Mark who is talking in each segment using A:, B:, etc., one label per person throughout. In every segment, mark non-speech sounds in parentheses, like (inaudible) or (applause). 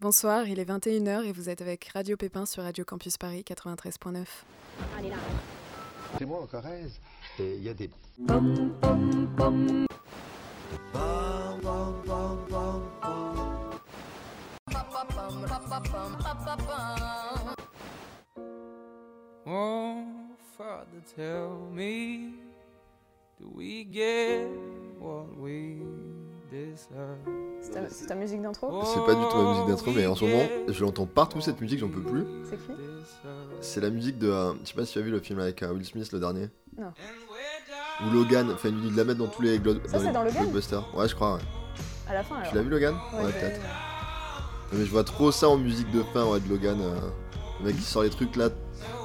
A: Bonsoir, il est 21h et vous êtes avec Radio Pépin sur Radio Campus Paris 93.9.
B: C'est moi en Corrèze, et Euh, il y a des
C: Oh, Father, tell me, do we get what we deserve?
D: C'est ta, c'est ta musique d'intro
E: C'est pas du tout ma musique d'intro, mais en ce
C: Oh,
E: moment, je l'entends partout cette musique, j'en peux plus.
D: C'est qui
E: C'est la musique de. euh, je sais pas si tu as vu le film avec euh, Will Smith le dernier.
D: Non.
E: Ou Logan, enfin ils la mettent dans tous les glo-
D: Ça, c'est
E: les
D: dans Logan
E: blockbusters. Ouais, je crois. ouais.
D: À la fin Ah, alors
E: Tu l'as vu Logan
D: Ouais, j'ai-
E: peut-être. Non, Mais je vois trop ça en musique de fin, ouais, de Logan. euh, Le mec qui sort les trucs là,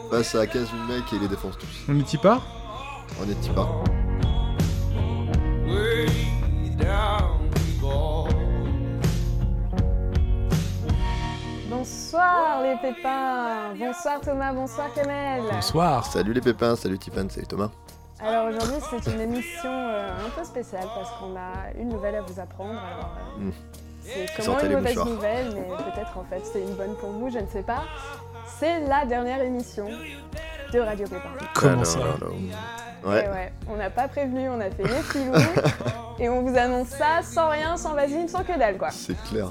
E: passe à 15 000 mecs et les défonce tous.
F: On est y part
E: On est petit pas.
C: Way down we go.
D: Bonsoir les pépins Bonsoir Thomas, bonsoir Kamel
G: Bonsoir.
E: Salut les pépins, salut Tiffany, salut Thomas.
D: Alors aujourd'hui c'est une émission euh, un peu spéciale parce qu'on a une nouvelle à vous apprendre. Alors, euh,
E: Mm.
D: C'est comment
E: Sortez
D: une
E: les
D: mauvaise
E: mouchoirs.
D: nouvelle, mais peut-être en fait c'est une bonne pour vous, je ne sais pas. C'est la dernière émission de Radio Pépin.
G: Comment
E: Alors,
G: ça
E: alors, alors.
D: Et
E: Ouais,
D: ouais, on n'a pas prévenu, on a fait les
E: (laughs)
D: filous et on vous annonce ça sans rien, sans vaseline, sans que dalle quoi.
E: c'est clair.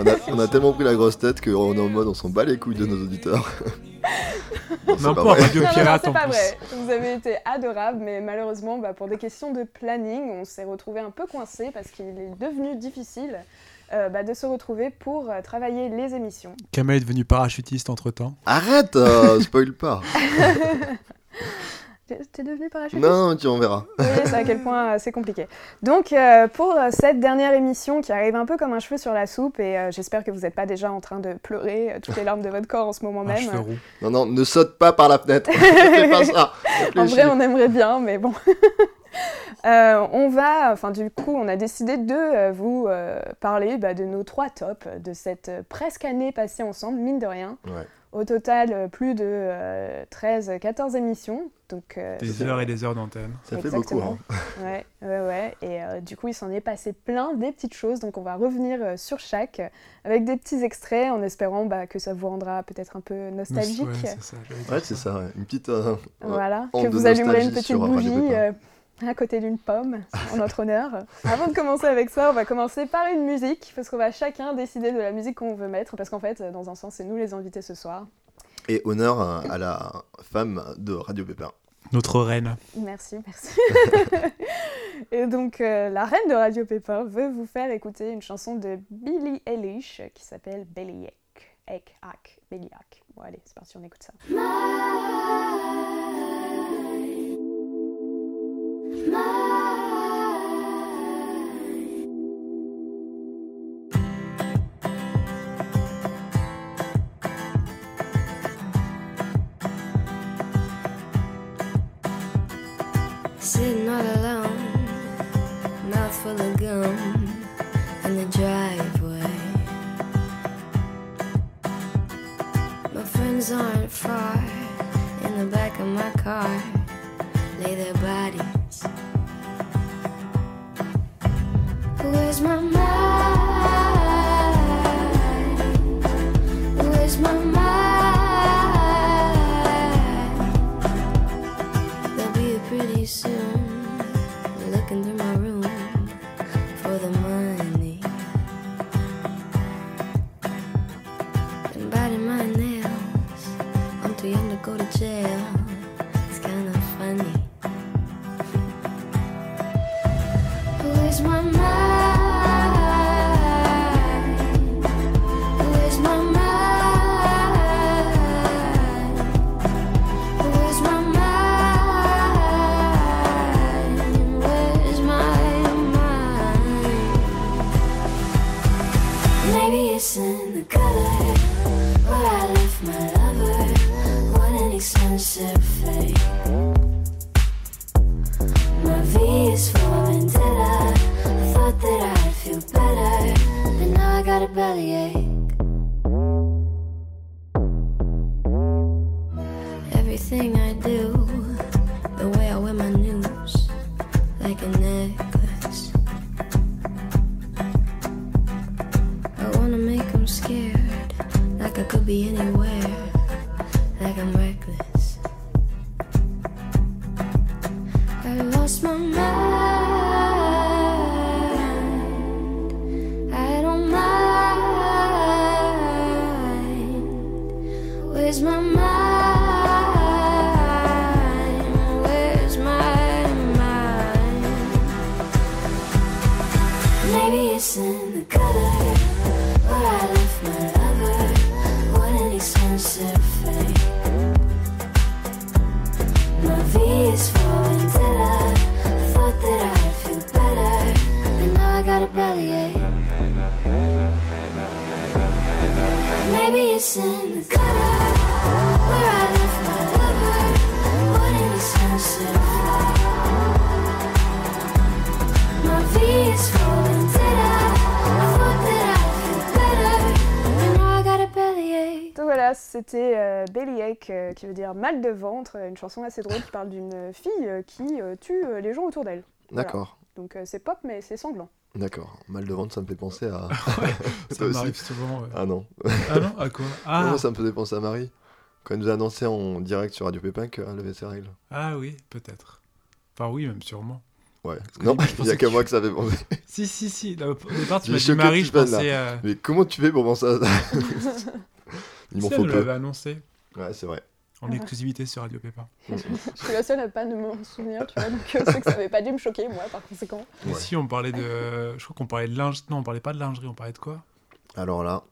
E: on, a, on a tellement pris la grosse tête qu'on est en mode on s'en bat les couilles de nos auditeurs. Non, c'est pas
G: N'importe, (laughs)
E: vrai.
G: Radio
D: Non, non, non,
G: Pirate
D: c'est
G: en
D: pas
G: plus.
D: vrai. Vous avez été adorables, mais malheureusement, bah, pour des questions de planning, on s'est retrouvé un peu coincé parce qu'il est devenu difficile euh, bah, de se retrouver pour euh, travailler les émissions.
G: Kamel est devenu parachutiste entre temps.
E: Arrête, euh, spoil pas.
D: T'es t'es devenu parachutiste
E: Non, non, tu en verras.
D: Vous voyez, c'est à quel point euh, c'est compliqué. Donc, euh, pour euh, cette dernière émission qui arrive un peu comme un cheveu sur la soupe, et euh, j'espère que vous n'êtes pas déjà en train de pleurer euh, toutes les larmes de votre corps en ce moment
G: Un
D: même.
G: cheveu roux.
E: Non, non, ne saute pas par la fenêtre. (laughs) Fais pas ça.
D: En vrai, on aimerait bien, mais bon. (laughs) Euh, on va, enfin du coup, on a décidé de euh, vous euh, parler bah, de nos trois tops de cette euh, presque année passée ensemble, mine de rien.
E: Ouais.
D: Au total, euh, plus de 13-14 émissions. Donc, euh,
G: Des heures et des heures d'antenne.
E: Ça fait beaucoup.
D: Exactement.
E: Hein.
D: (laughs) Ouais, ouais, ouais. Et euh, du coup, il s'en est passé plein des petites choses. Donc, on va revenir euh, sur chaque euh, avec des petits extraits en espérant bah, que ça vous rendra peut-être un peu nostalgique.
G: Ouais, c'est ça, j'allais dire
E: Ouais, c'est ça, ouais. une petite. euh, euh,
D: Voilà,
E: on
D: que
E: de
D: vous allumerez une
E: nostalgie
D: petite
E: sur Radio
D: bougie
E: Pépin.
D: euh, à côté d'une pomme, en notre honneur. (laughs) Avant de commencer avec ça, on va commencer par une musique, parce qu'on va chacun décider de la musique qu'on veut mettre, parce qu'en fait, dans un sens, c'est nous les invités ce soir.
E: Et honneur euh, à la femme de Radio Pépin.
G: Notre reine.
D: Merci,
E: (laughs)
D: merci. Et donc, euh, la reine de Radio Pépin veut vous faire écouter une chanson de Billie Eilish qui s'appelle Belly Ache. Ache, ache, Belly Ache. Bon, allez, c'est parti, on écoute ça.
H: Sitting all alone, mouth full of gum in the driveway. My friends aren't far in the back of my car, lay their bodies. Where's my mind? Where's my mind? They'll be here pretty soon. Looking through my room for the money. And biting my nails. I'm too young to go to jail. It's kinda funny. Where's my mind? Where's my mind? Where's my mind? Where's my mind? Maybe it's in the color where I left my lover. What an expensive fate. My V is for vendetta. I thought that I'd feel better, but now I got a bellyache. Everything I do, the way I wear my news, like a necklace. I wanna make them scared, could be anywhere, like I'm reckless. I lost my mind. I don't mind. Where's my mind? Where's my mind? Maybe it's in the gutter where I left my lover. What an expensive fate. My V is for vendetta. I thought that I'd feel better, but now I got a bellyache. Maybe it's in the gutter where I left my lover. What an expensive fate. My V is for vendetta. I thought that I'd feel better, but now I got a bellyache.
D: Donc voilà, c'était euh, Bellyache, euh, qui veut dire mal de ventre, une chanson assez drôle qui parle d'une fille euh, qui euh, tue euh, les gens autour d'elle.
E: D'accord,
D: Donc euh, c'est pop, mais c'est sanglant.
E: d'accord. Mal de ventre, ça me fait penser
G: (laughs)
E: à.
G: Ça
E: Toi aussi
G: m'arrive souvent. ouais.
E: Ah non.
G: Ah non À quoi
E: Non,
G: ah,
E: ça me faisait penser à Marie. Quand elle nous a annoncé en direct sur Radio Pépin qu'elle avait ses règles.
G: ah oui, peut-être. Enfin oui, même sûrement.
E: Ouais.
G: que
E: Non,
G: au début,
E: (laughs) il n'y
G: je
E: a
G: pensais
E: qu'à
G: que
E: moi que ça fait penser.
G: Si, si, si. Là, au au départ, tu
E: J'ai
G: m'as dit
E: choqué
G: Marie, je
E: Tiffany, là.
G: pensais... Euh...
E: Mais comment tu fais pour penser à ça
G: (laughs)
E: Il m'en
G: si,
E: faut
G: elle nous l'avait
E: peu.
G: annoncé
E: Ouais, c'est vrai. Mm,
G: en exclusivité sur Radio Pépin.
D: Je suis la seule à pas de m'en souvenir, tu vois, donc euh, c'est que ça avait pas dû me choquer, moi, par conséquent.
G: Mais
E: Ouais.
G: si, on parlait de... Je crois qu'on parlait de linge... Non, on parlait pas de lingerie, on parlait de quoi
E: Alors là,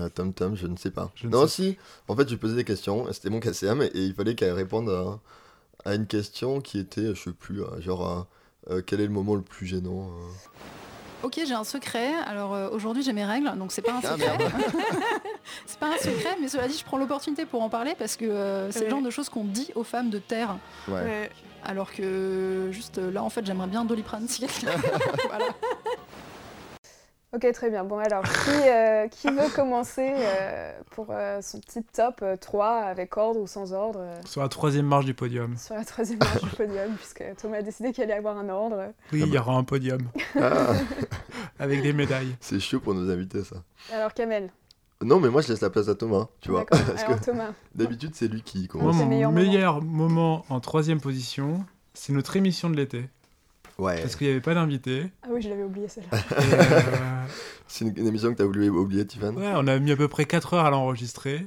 E: euh, Tom Tom, je ne sais pas.
G: Je ne
E: non, si, en fait, je lui posais des questions, c'était mon KCM, et il fallait qu'elle réponde à, à une question qui était, je sais plus, euh, genre, euh, euh, quel est le moment le plus gênant euh
F: Ok, j'ai un secret. Alors euh, aujourd'hui, j'ai mes règles, donc c'est pas un
E: Ah,
F: secret.
E: merde.
F: (laughs) c'est pas un secret, mais cela dit, je prends l'opportunité pour en parler parce que euh, c'est
D: Ouais.
F: le genre de choses qu'on dit aux femmes de terre.
E: Ouais.
F: Alors que juste euh, là, en fait, j'aimerais bien un doliprane si
E: (laughs)
F: quelqu'un. voilà.
D: Ok, très bien. Bon, alors, qui, euh, qui veut commencer euh, pour euh, son petit top euh, 3 avec ordre ou sans ordre euh,
G: Sur la troisième marche du podium.
D: sur la troisième marche du podium, puisque Thomas a décidé qu'il allait avoir un ordre.
G: Oui,
E: Ah
G: il y
E: bah.
G: aura un podium
E: Ah,
G: avec des médailles.
E: c'est chaud pour nos invités, ça.
D: Alors, Kamel,
E: Non, mais moi, je laisse la place à Thomas, tu vois. (laughs)
D: d'accord.
E: Parce que
D: Alors, Thomas,
E: d'habitude, c'est lui qui
G: Moi,
E: commence.
D: c'est
G: mon
D: le meilleur
G: meilleur,
D: moment.
G: moment en troisième position, c'est notre émission de l'été.
E: Ouais.
G: Parce qu'il n'y avait
E: (laughs)
G: pas d'invité.
D: ah oui, je l'avais oublié celle-là.
G: Et, euh,
E: C'est une, une émission que t'as voulu oublier, Tiffany.
G: ouais, on a mis à peu près 4 heures à l'enregistrer.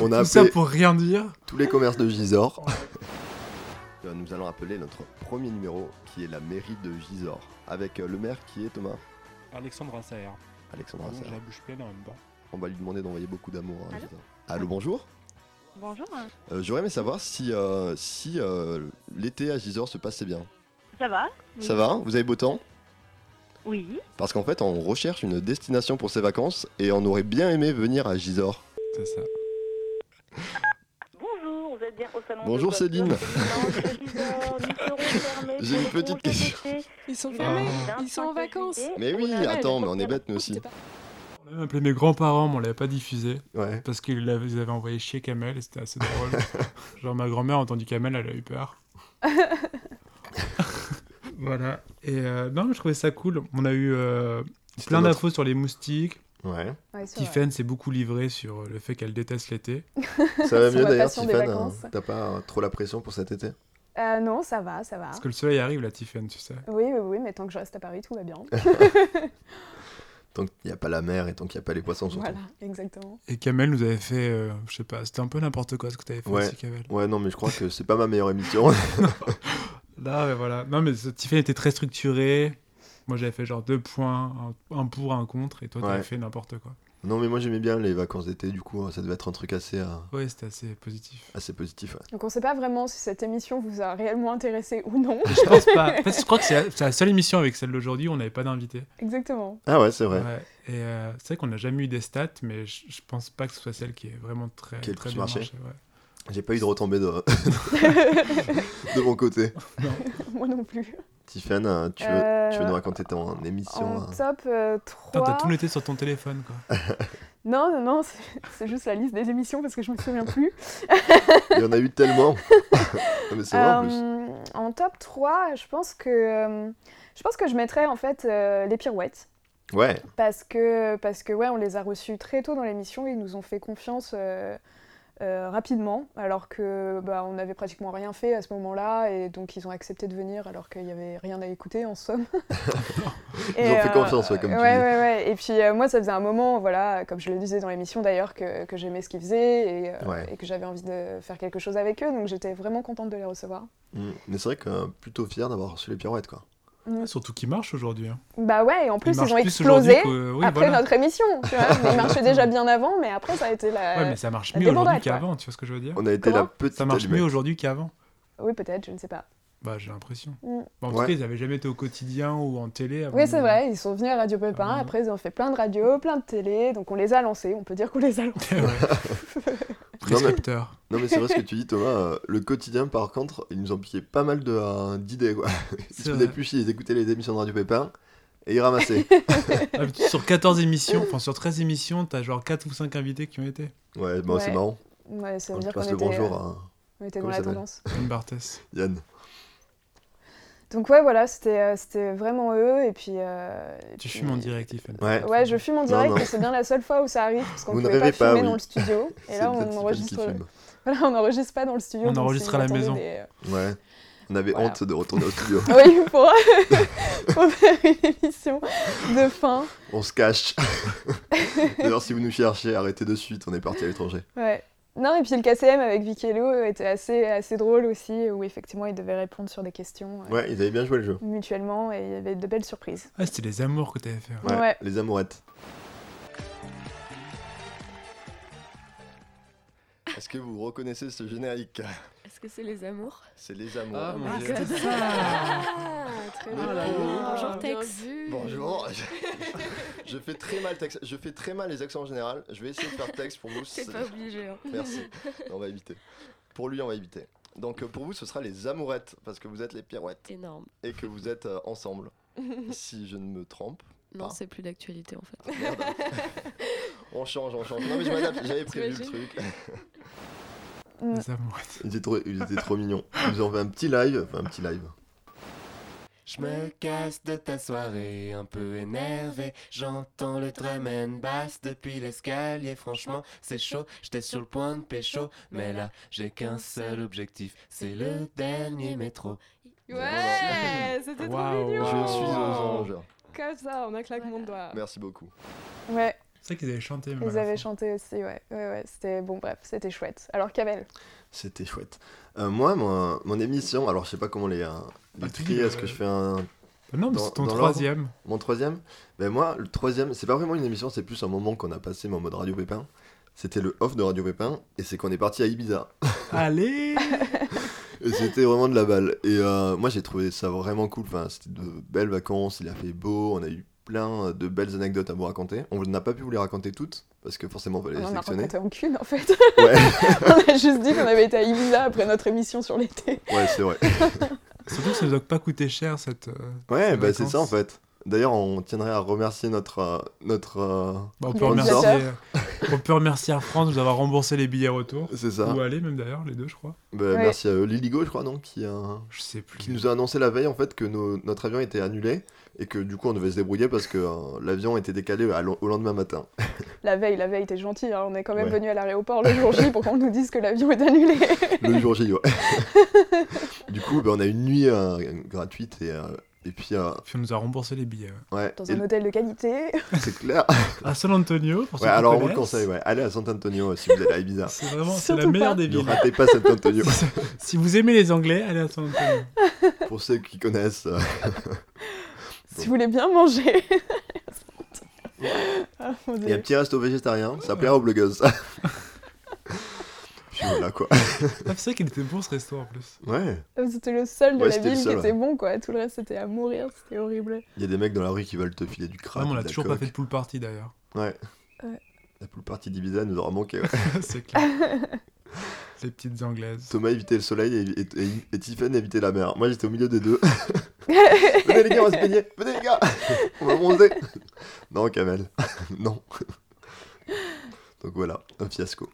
E: On a
G: Tout ça
E: appelé
G: pour rien dire.
E: tous les commerces de Gisors. (laughs) Euh, Nous allons appeler notre premier numéro, qui est la mairie de Gisors, avec euh, le maire qui est Thomas.
I: Alexandre Assaer.
E: Alexandre
I: Pardon,
E: Assar.
I: J'ai la bouche pleine en même temps.
E: On va lui demander d'envoyer beaucoup d'amour à
J: Allô
E: Gisors. Allô, bonjour.
J: Bonjour, hein.
E: Euh, J'aurais aimé savoir si, euh, si euh, l'été à Gisors se passait bien.
J: ça va Oui.
E: Ça va hein, Vous avez beau temps
J: Oui.
E: Parce qu'en fait, on recherche une destination pour ces vacances et on aurait bien aimé venir à Gisors.
G: C'est ça.
J: Bonjour, vous êtes bien au salon
E: Bonjour,
J: de
E: Céline. (laughs) J'ai une petite question.
A: Ils
K: Ah.
A: sont fermés.
G: fermés.
A: Ils sont en vacances.
J: Oh,
E: Mais
D: Oh
E: oui, attends, mais on est bêtes, nous aussi.
G: On a même appelé mes grands-parents, mais on l'avait pas diffusé.
E: Ouais.
G: Parce qu'ils l'avaient- ils avaient envoyé chier Kamel et c'était assez drôle.
E: (laughs)
G: Genre ma grand-mère a entendu Kamel, elle a eu peur. voilà. Et euh, non, mais je trouvais ça cool. On a eu euh,
E: C'était
G: plein
E: notre-
G: d'infos sur les moustiques.
E: Ouais.
D: Ouais, c'est vrai.
G: Tiffen s'est beaucoup livrée sur euh, le fait qu'elle déteste l'été.
E: Ça
D: (laughs)
E: va
D: Sur
E: mieux
D: la
E: d'ailleurs,
D: passion des
E: Tiffany. hein.
D: vacances.
E: T'as pas euh, trop la pression pour cet été
D: Euh, non, ça va, ça va.
G: Parce que le soleil arrive là, Tiffen, tu sais.
D: Oui, oui, oui, mais tant que je reste à Paris, tout va
E: (laughs)
D: bien.
E: Tant qu'il n'y a pas la mer et tant qu'il n'y a pas les poissons surtout.
D: voilà, exactement.
G: Et Kamel nous avait fait, euh, je sais pas, c'était un peu n'importe quoi ce que t'avais fait
E: Ouais.
G: aussi, Kamel.
E: Ouais, non, mais je crois que c'est pas ma
D: (laughs)
E: meilleure émission.
G: Là, mais voilà. Non, mais ce- Tiffen était très structurée. Moi, j'avais fait genre deux points, un, un pour, un contre, et toi, t'avais
E: Ouais.
G: fait n'importe quoi.
E: non, mais moi j'aimais bien les vacances d'été, du coup, ça devait être un truc assez, euh,
G: Ouais, c'était assez positif.
E: assez positif. ouais.
D: Donc on sait pas vraiment si cette émission vous a réellement intéressé ou
E: (laughs)
D: non.
G: Mais je pense pas. En fait, je crois que c'est la, c'est la seule émission avec celle d'aujourd'hui où on n'avait pas d'invité.
D: Exactement. (laughs)
E: Ah ouais, c'est vrai.
G: Ouais. Et euh, c'est vrai qu'on n'a jamais eu des stats, mais je, je pense pas que ce soit celle qui est vraiment très,
E: Qui a le
G: très
E: plus
G: bien
E: marché.
G: marchée, ouais.
E: J'ai pas eu de
D: (laughs)
E: retombées de, de mon côté.
D: Moi non plus.
E: Tiffany, euh, tu veux, tu veux nous raconter ton émission
D: En
E: hein
D: top euh,
G: Putain,
D: 3.
G: T'as tout noté sur ton téléphone, quoi.
D: Non, non, non, (laughs) c'est- c'est juste la liste des émissions parce que je me souviens plus.
E: Il y en a
D: (laughs)
E: eu tellement. Non, mais c'est vrai en plus.
D: Euh, en top 3, je pense que euh, je pense que je mettrais en fait euh, les pirouettes.
E: Ouais.
D: Parce que, parce que ouais, on les a reçus très tôt dans l'émission, ils nous ont fait confiance euh, euh, rapidement, alors que bah, on n'avait pratiquement rien fait à ce moment-là, et donc ils ont accepté de venir alors qu'il n'y avait rien à écouter en
E: (laughs)
D: somme. euh,
E: Ils ont fait confiance, ouais, comme tu
D: ouais,
E: dis.
D: ouais, ouais. Et puis euh, moi, ça faisait un moment, voilà, comme je le disais dans l'émission d'ailleurs, que, que j'aimais ce qu'ils faisaient et, euh,
E: Ouais.
D: et que j'avais envie de faire quelque chose avec eux, donc j'étais vraiment contente de les recevoir.
E: Mm. Mais c'est vrai que euh, plutôt fier d'avoir reçu les pirouettes, quoi.
G: Surtout qu'ils marchent aujourd'hui. hein.
D: Bah ouais, et en
G: Ils
D: plus, ils,
G: marchent
D: ont
G: plus aujourd'hui
D: explosé
G: que- oui,
D: après
G: voilà.
D: notre émission, tu vois.
G: (laughs)
D: Mais ils marchaient déjà bien avant, mais après, ça a été la...
G: Ouais, mais ça marche
D: Euh, la
G: mieux aujourd'hui
D: débandade, quoi.
G: qu'avant, tu vois ce que je veux dire
E: On a été la
D: Comment
E: petite
G: Ça marche
E: allumette.
G: mieux aujourd'hui qu'avant.
D: Oui, peut-être, je ne sais pas.
G: Bah, j'ai l'impression.
D: Mm.
G: Bah, en tout
E: Ouais.
G: cas, ils n'avaient jamais été au quotidien ou en télé. avant
D: Oui,
G: de-
D: c'est vrai, ils sont venus à Radio Pépin,
G: Ah, oui.
D: après ils ont fait plein de radios, plein de télé, donc on les a lancés, on peut dire qu'on les a lancés.
G: (laughs)
E: (laughs)
G: Ouais. Prescripteur.
E: Non, mais c'est vrai ce que tu
G: (laughs)
E: dis, Thomas. euh, le quotidien, par contre, ils nous ont piqué pas mal de, euh, d'idées, quoi. Ils
G: C'est
E: se faisaient
G: vrai.
E: plus chier, ils écoutaient les émissions de Radio Pépin et
D: (laughs)
E: ils ramassaient.
G: Ah, mais sur 14 émissions, enfin sur 13 émissions, t'as genre 4 ou 5 invités qui ont été.
E: ouais, bon, c'est
D: Ouais.
E: marrant.
D: Ouais, ça veut
E: On
D: dire qu'on
E: passe
D: était,
E: le bonjour
D: euh,
E: à
D: on était dans
E: Comment il
D: la
E: s'appelle
D: tendance.
G: Une Barthès.
E: Yann.
D: Donc ouais, voilà, c'était euh, c'était vraiment eux, et puis... euh, et
G: Tu
D: puis- euh,
G: fumes en direct, Tiffen.
E: Ouais.
D: Ouais, je fume en direct,
E: non.
D: et c'est bien la seule fois où ça arrive, parce qu'on
E: Vous
D: ne
E: ne
D: pouvait pas
E: rêvez pas,
D: filmer
E: oui.
D: dans le studio, et là
E: (laughs) C'est
D: on
E: peut-être
D: enregistre...
E: Tiffany qui
D: (laughs) Voilà, on n'enregistre pas dans le studio.
G: On
D: donc
G: enregistre
D: c'est- euh,
G: à la
D: attendez
G: maison.
D: des-
E: fume. Ouais. On avait
D: Voilà.
E: honte de retourner
D: (laughs)
E: au studio.
D: Ah Oui, pour... pour faire une émission de fin.
E: On se cache. (laughs) D'ailleurs, si vous nous cherchez, arrêtez de suite, on est parti à l'étranger.
D: Ouais. Non, et puis le KCM avec Vicky Hello était assez, assez drôle aussi, où effectivement ils devaient répondre sur des questions euh,
E: Ouais, ils avaient bien joué le jeu.
D: mutuellement et il y avait de belles surprises.
G: Ah, c'était les amours que t'avais fait. hein. ouais.
E: Ouais,
D: Ouais.
E: les amourettes. Est-ce que vous reconnaissez ce générique
A: Est-ce que c'est les amours
E: C'est les amours.
A: Ah,
G: Dieu.
A: God. Ah, très bien.
E: là là.
F: Bonjour,
A: Bien
F: Tex.
A: vu.
E: Bonjour. (laughs) Je- Je fais très mal texte. Je fais très mal les accents en général. Je vais essayer de faire texte pour vous.
A: C'est pas obligé. hein.
F: (laughs)
E: Merci. On va éviter. Pour lui, on va éviter. Donc euh, pour vous, ce sera les amourettes parce que vous êtes les pirouettes
F: Énorme.
E: et que vous êtes euh,
F: (laughs)
E: ensemble. Si je ne me trompe.
F: Non,
E: Ah.
F: c'est plus d'actualité en fait.
E: Merde.
F: (laughs)
E: On change, on change. Non mais je m'adapte. J'avais prévu le truc.
G: Les amourettes.
E: Ils étaient trop, ils étaient trop mignons. Ils ont fait un petit live, enfin un petit live.
C: Je me casse de ta soirée, un peu énervé. J'entends le drum and bass depuis l'escalier. Franchement, c'est chaud, j'étais sur le point de pécho. Mais là, j'ai qu'un seul objectif, c'est le dernier métro.
A: Ouais, c'était trop
G: Waouh.
A: mignon.
E: Je suis
G: Wow.
E: aux anges.
A: Comme ça, on a claquement de doigts.
E: Merci beaucoup.
D: Ouais,
G: C'est vrai qu'ils avaient chanté. même à
D: ils
G: la
D: avaient
G: fin.
D: chanté aussi, ouais. Ouais, ouais, c'était bon, bref, c'était chouette. Alors, Kamel,
E: C'était chouette. Euh, moi, mon, mon émission, alors je sais pas comment les, euh, les
G: Bah, tu
E: trier,
G: dis,
E: est-ce
G: euh,
E: que je fais un,
G: Bah Non, mais
E: Dans-
G: c'est ton
E: dans l'ordre.
G: troisième.
E: mon troisième Ben moi, le troisième, c'est pas vraiment une émission, c'est plus un moment qu'on a passé mais en mode Radio Pépin. C'était le off de Radio Pépin et c'est qu'on est parti à Ibiza.
D: (laughs)
G: Allez
E: Et c'était vraiment de la balle. Et euh, moi, j'ai trouvé ça vraiment cool. Enfin, c'était de belles vacances, il a fait beau, on a eu plein de belles anecdotes à vous raconter. On n'a pas pu vous les raconter toutes parce que forcément, on va les
D: on en a
E: sélectionner.
D: raconté aucune en fait.
E: Ouais,
D: (laughs) on a juste dit qu'on avait été à Ibiza après notre émission sur l'été.
E: ouais c'est
G: (laughs)
E: vrai.
G: Surtout que ça nous a pas coûté cher cette. euh,
E: Ouais,
G: ces
E: bah c'est ça en
G: vacances.
E: fait. D'ailleurs, on tiendrait à remercier notre. euh, notre euh,
G: Bah, on,
D: Les
G: peut remercier,
D: organisateurs.
G: (laughs) on peut remercier Air France de nous avoir remboursé les billets retour.
E: c'est ça.
G: Ou aller, même d'ailleurs, les deux, je crois.
E: Bah,
D: Ouais.
E: Merci à euh, Liligo, je crois, non qui, a-
G: Je sais plus.
E: qui nous a annoncé la veille en fait que nos- notre avion était annulé et que du coup on devait se débrouiller parce que euh, l'avion était décalé à l- au lendemain matin.
D: La veille, la veille était gentille, hein, on est quand même
E: Ouais.
D: venu à l'aéroport le jour J pour qu'on nous dise que l'avion est annulé.
E: Le jour J, ouais. (laughs) du coup, bah, on a une nuit euh, gratuite et, euh, et puis. euh,
G: Puis on nous a remboursé les billets. ouais.
E: ouais,
D: (laughs) Dans
E: et-
D: un hôtel de qualité.
E: c'est
D: (laughs)
E: clair.
G: À San Antonio, pour ceux
E: Ouais,
G: qui
E: alors on vous le
G: connaissent.
E: conseille, ouais. Allez à Sant Antonio euh, si vous allez à Ibiza.
G: C'est vraiment c'est la
D: Surtout pas.
G: meilleure des
E: Ne
G: villes.
E: ratez pas Sant
D: (laughs)
E: Antonio.
G: (laughs) si vous aimez les Anglais, allez à San Antonio.
E: Pour ceux qui connaissent. euh,
D: Si vous voulez bien manger. Ah, mon
E: Il y a un
D: Dieu.
E: petit resto végétarien, ça plaira aux blogueuses. (laughs) Puis voilà quoi.
G: Ah, c'est vrai qu'il était bon ce resto en plus.
E: Ouais.
D: Ah, C'était le seul de
E: Ouais,
D: la
E: c'était le
D: ville
E: seul,
D: qui était
E: ouais.
D: bon, quoi. Tout le reste, c'était à mourir, c'était horrible.
E: Il y a des mecs dans la rue qui veulent te filer du crack.
G: Vraiment, on
E: de
G: a
E: la
G: toujours pas
E: coke.
G: fait de pool party d'ailleurs. (laughs)
E: Ouais.
D: Ouais.
E: La poule partie d'Ibiza nous aura manqué. ouais.
D: (laughs)
G: c'est clair. les petites anglaises.
E: Thomas évitait le soleil et, et, et- et Tiffen évitait la mer. Moi j'étais au milieu des deux. (laughs) Venez les gars, on va se baigner. Venez les gars, (laughs) on va bronzer. Non, Kamel. (laughs) non. Donc voilà, un fiasco.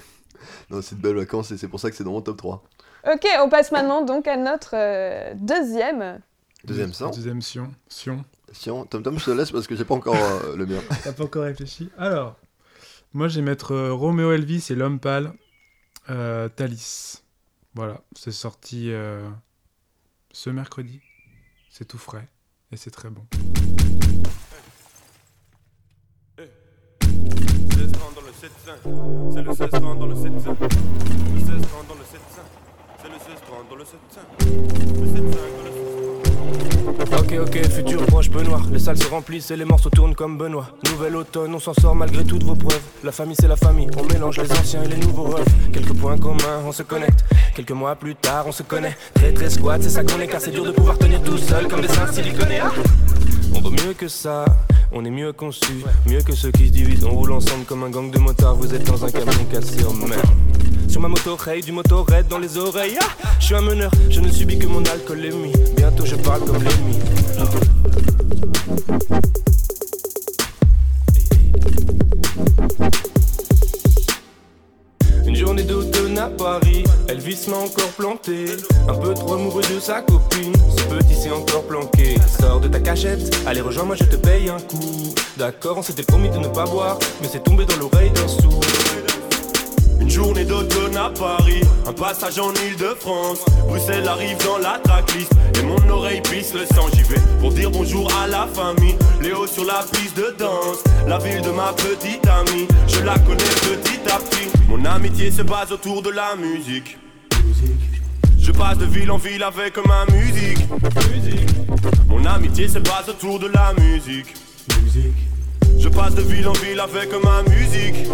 E: (laughs) non, c'est de belles vacances et c'est pour ça que c'est dans mon top 3.
D: Ok, on passe maintenant donc à notre euh, deuxième.
E: Deuxième sang.
G: Deuxième Sion. Sion.
E: Sinon, Tom Tom, je te laisse parce que j'ai pas encore euh, le mien.
G: T'as pas encore réfléchi. Alors, moi, je vais mettre euh, Roméo Elvis et l'homme pâle, euh, Thalys. Voilà, c'est sorti euh, ce mercredi. C'est tout frais et c'est très bon.
L: Le 16 rang dans le 7 c'est le 16 rang dans le 7 Le 16 rang dans le 7 c'est le 16 rang dans le 7 Le 7
M: Ok ok futur proche Benoît Les salles se remplissent et les morceaux tournent comme Benoît Nouvel automne on s'en sort malgré toutes vos preuves La famille c'est la famille On mélange les anciens et les nouveaux refs Quelques points communs on se connecte Quelques mois plus tard on se connaît Très très squat c'est ça qu'on est car c'est dur de pouvoir tenir tout seul comme des inciliconés On vaut mieux que ça on est mieux conçu, mieux que ceux qui se divisent. On roule ensemble comme un gang de motards. Vous êtes dans un camion cassé en mer. Sur ma moto, raid, du moto raid dans les oreilles. Ah je suis un meneur, je ne subis que mon alcoolémie. Bientôt je parle comme l'ennemi. Une journée d'automne à Paris, Elvis m'a encore planté. Un peu trop amoureux de sa copine, ce petit s'est encore planqué. Sors de ta cachette, allez rejoins-moi, je te paye un coup. D'accord, on s'était promis de ne pas boire, mais c'est tombé dans l'oreille d'un sourd.
L: Une journée d'automne à Paris, un passage en Île-de-France. Bruxelles arrive dans la tracklist et mon oreille pisse le sang. J'y vais pour dire bonjour à la famille. Léo sur la piste de danse, la ville de ma petite amie. Je la connais petit à petit. Mon amitié se base autour de la musique. Je passe de ville en ville avec ma musique. Mon amitié se base autour de la musique. Je passe de ville en ville avec ma musique.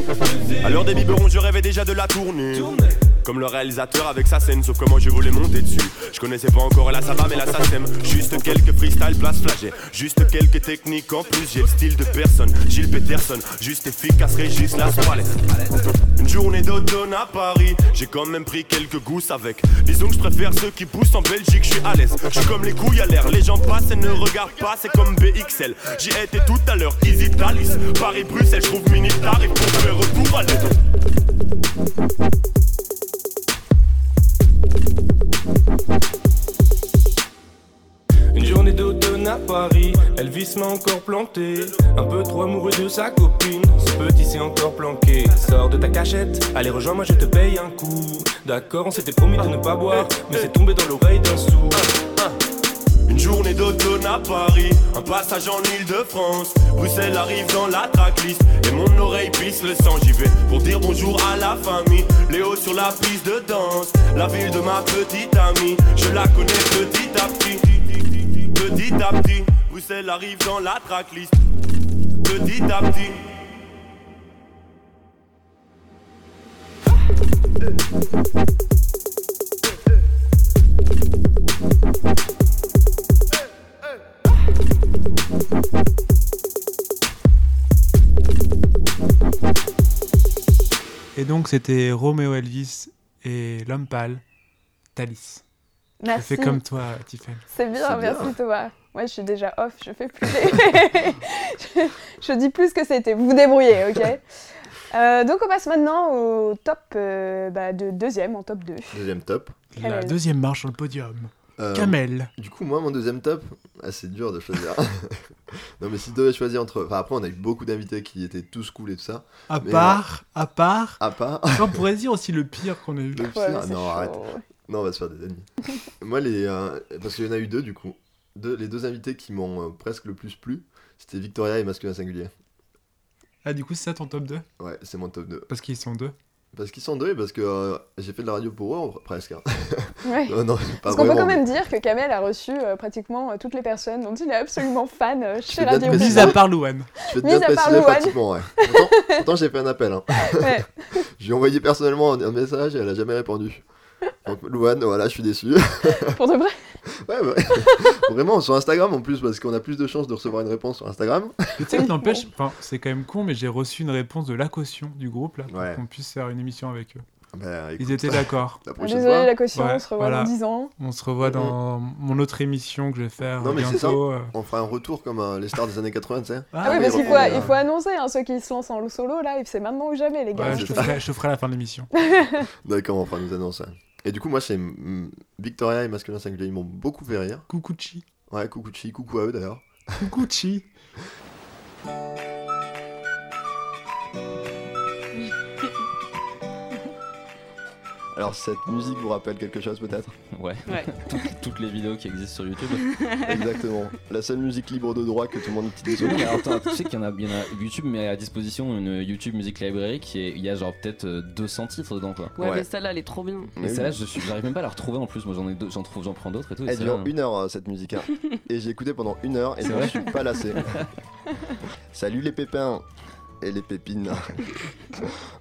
L: À l'heure des biberons, je rêvais déjà de la tournée. Comme le réalisateur avec sa scène, sauf que moi je voulais monter dessus. Je connaissais pas encore la sabam et la sasem. Juste quelques freestyle place flagey. Juste quelques techniques en plus. J'ai le style de personne. Gilles Peterson, juste efficace, Régis Las Une journée d'automne à Paris. J'ai quand même pris quelques gousses avec. Disons que je préfère ceux qui poussent en Belgique. Je suis à l'aise. Je suis comme les couilles à l'air. Les gens passent et ne regardent pas. C'est comme BXL. J'y étais tout à l'heure. Easy Thalys. Paris-Bruxelles, je trouve mini tarif pour faire retour à l'aide.
M: Une journée d'automne à Paris, Elvis m'a encore planté. Un peu trop amoureux de sa copine, ce petit s'est encore planqué. Sors de ta cachette, allez rejoins-moi, je te paye un coup. D'accord, on s'était promis de ne pas boire, mais c'est tombé dans l'oreille d'un sourd.
L: Une journée d'automne à Paris, un passage en Île-de-France. Bruxelles arrive dans la tracklist et mon oreille pisse le sang. J'y vais pour dire bonjour à la famille. Léo sur la piste de danse, la ville de ma petite amie. Je la connais petit à petit, petit à petit. Bruxelles arrive dans la tracklist, petit à petit.
G: Et donc, c'était Roméo Elvis et l'homme pâle, Thalys.
D: Merci.
G: Je fais comme toi, Tiffany.
D: C'est bien,
G: C'est bien.
D: merci Thomas. Moi, je suis déjà off, je fais plus. les- (laughs) je, je dis plus que c'était. Vous vous débrouillez,
E: (laughs)
D: ok Euh, Donc, on passe maintenant au top euh, bah, de deuxième, en top 2.
E: Deuxième top.
G: La
D: Kamel.
G: deuxième marche sur le podium.
E: Euh,
G: Kamel.
E: Du coup, moi, mon deuxième top, ah, c'est dur de choisir. (laughs) non, mais si je devais choisir entre. Enfin, après, on a eu beaucoup d'invités qui étaient tous cool et tout ça.
G: À
E: mais, euh,
G: part, à part.
E: À part. (laughs)
G: On pourrait dire aussi le pire qu'on a eu.
E: Le
D: Ouais,
E: pire-
D: mais c'est
E: non,
D: chaud.
E: arrête. Non, on va se faire
D: (laughs)
E: des ennemis. Moi, les, euh, parce qu'il y en a eu deux, du coup. Deux, les deux invités qui m'ont euh, presque le plus plu, c'était Victoria et Masculin Singulier.
G: Ah, du coup, c'est ça ton top 2
E: Ouais, c'est mon top 2.
G: Parce qu'ils sont deux.
E: Parce qu'ils sont deux et parce que euh, j'ai fait de la radio pour eux, en- presque. hein.
D: Ouais.
E: (laughs) non, non, pas
D: Parce qu'on peut
E: vraiment,
D: quand
E: mais
D: même dire que Kamel a reçu euh, pratiquement euh, toutes les personnes dont il est absolument fan euh, chez
E: fais bien de
D: Radio
E: Mais
G: Mis
E: c'est
G: à
E: ça.
G: part Louane.
E: Je vais te
D: Mis
E: bien
D: à part
E: préciser
D: Louane.
E: pratiquement, ouais.
D: (laughs)
E: Pourtant, pourtant, j'ai fait un appel. Hein. (laughs)
D: Ouais.
E: J'ai envoyé personnellement un, un message et elle a jamais répondu. Donc, Louane, voilà, je suis déçu.
D: Pour de vrai.
E: Ouais, ouais. (laughs) Vraiment, sur Instagram en plus, parce qu'on a plus de chances de recevoir une réponse sur Instagram.
G: Tu sais que t'empêches. Enfin, c'est quand même con, mais j'ai reçu une réponse de la caution du groupe là, pour
E: Ouais.
G: qu'on puisse faire une émission avec eux.
E: (laughs) Bah, écoute,
G: Ils étaient d'accord.
E: la prochaine
D: Désolé, la caution,
G: Ouais,
D: on se revoit
G: voilà.
D: dans 10 ans.
G: On se revoit dans mon autre émission que je vais faire
E: Non, mais c'est
G: bientôt. euh.
E: fois, on fera un retour comme euh, les stars des années 80, tu sais.
D: Ah, oui,
E: oui,
D: parce qu'il faut,
E: reprendre,
D: il
E: euh,
D: faut annoncer hein, ceux qui se lancent en loup solo, là, et c'est maintenant ou jamais, les gars.
G: Ouais, je, te ferai, je te ferai la fin de l'émission.
E: D'accord, on fera nous annoncer. Et du coup, moi, c'est mm, Victoria et Masculin Singulier, ils m'ont beaucoup fait rire.
G: Coucou Chi.
E: Ouais, coucou Chi, coucou à eux d'ailleurs.
G: Gucci.
N: Alors cette musique vous rappelle quelque chose peut-être
E: (laughs)
O: Ouais.
N: Ouais.
O: (laughs) toutes, toutes les vidéos qui existent sur (laughs) YouTube.
N: Exactement. La seule musique libre de droit que tout le monde utilise.
O: Mais alors, attends, tu sais qu'il y, en a- il y en a YouTube met à disposition une YouTube Music Library qui est, il y a genre peut-être euh, 200 titres dedans quoi.
K: Ouais, mais celle-là, elle est trop bien.
O: Mais celle-là, je suis- j'arrive même pas à la retrouver en plus. Moi, j'en ai deux- j'en trouve, j'en prends d'autres et tout. et
N: Elle
O: celle-là,
N: dure une heure euh, cette
O: (laughs)
N: musique. hein. et j'ai écouté pendant une heure et
O: C'est
N: je
O: vrai
N: me suis
O: (laughs)
N: pas lassé. Salut les pépins et
O: (laughs)
N: les pépines.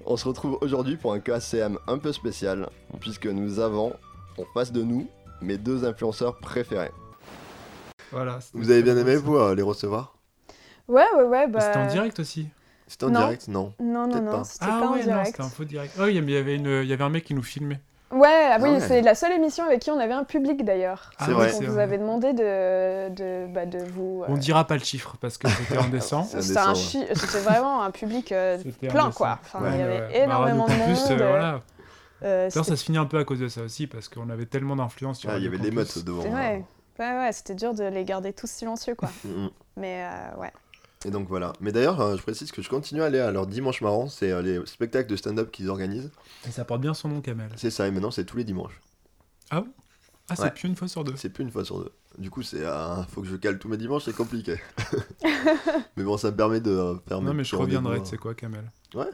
N: on se retrouve aujourd'hui pour un KCM un peu spécial puisque nous avons en face de nous mes deux influenceurs préférés.
G: Voilà.
E: Vous avez bien aimé, vous, euh, les recevoir
D: Ouais, ouais, ouais. Bah...
G: C'était en direct aussi.
E: C'était en
D: Non.
E: direct Non.
D: Non, non, non, c'était
G: ah
D: pas en
G: ouais, non,
D: direct.
G: c'était un faux direct. Oh, il y avait- il y avait une, il y avait un mec qui nous filmait.
D: Ouais, ah oui,
G: Ah ouais.
D: c'est la seule émission avec qui on avait un public d'ailleurs.
G: C'est
D: Donc,
G: vrai.
D: On
G: Ah C'est
D: vous
G: vrai.
D: avait demandé de, de, bah, de vous. euh,
G: On dira pas le chiffre parce que
D: (laughs)
G: c'était indécent.
D: C'était un chi- c'était vraiment un public
G: (laughs)
D: euh,
G: C'était
D: plein
G: indécent.
D: quoi. Enfin,
G: Ouais,
D: il y
G: ouais.
D: avait
G: Bah,
D: énormément de
G: en
D: monde.
G: plus, euh, voilà.
D: Euh,
G: D'ailleurs,
D: c'était-
G: ça se finit un peu à cause de ça aussi parce qu'on avait tellement d'influence. sur
E: Ah, il y
G: Radio
E: avait des
G: Campus.
E: meutes devant.
D: c'était- ouais, ouais, ouais, c'était dur de les garder tous silencieux quoi.
E: Mm, mm.
D: Mais euh, ouais.
E: Et donc voilà. Mais d'ailleurs, euh, je précise que je continue à aller à leur dimanche marrant, c'est euh, les spectacles de stand-up qu'ils organisent.
G: Et ça porte bien son nom, Kamel.
E: C'est ça, et maintenant c'est tous les dimanches.
G: Ah bon Ah, c'est
E: Ouais.
G: plus une fois sur deux.
E: C'est plus une fois sur deux. Du coup, c'est ah, faut que je cale tous mes dimanches, c'est compliqué. (laughs) mais bon, ça me permet de euh, faire
G: Non,
E: mes
G: mais je
E: petits
G: reviendrai,
E: rendez-vous,
G: tu sais quoi, Kamel
E: hein. Ouais.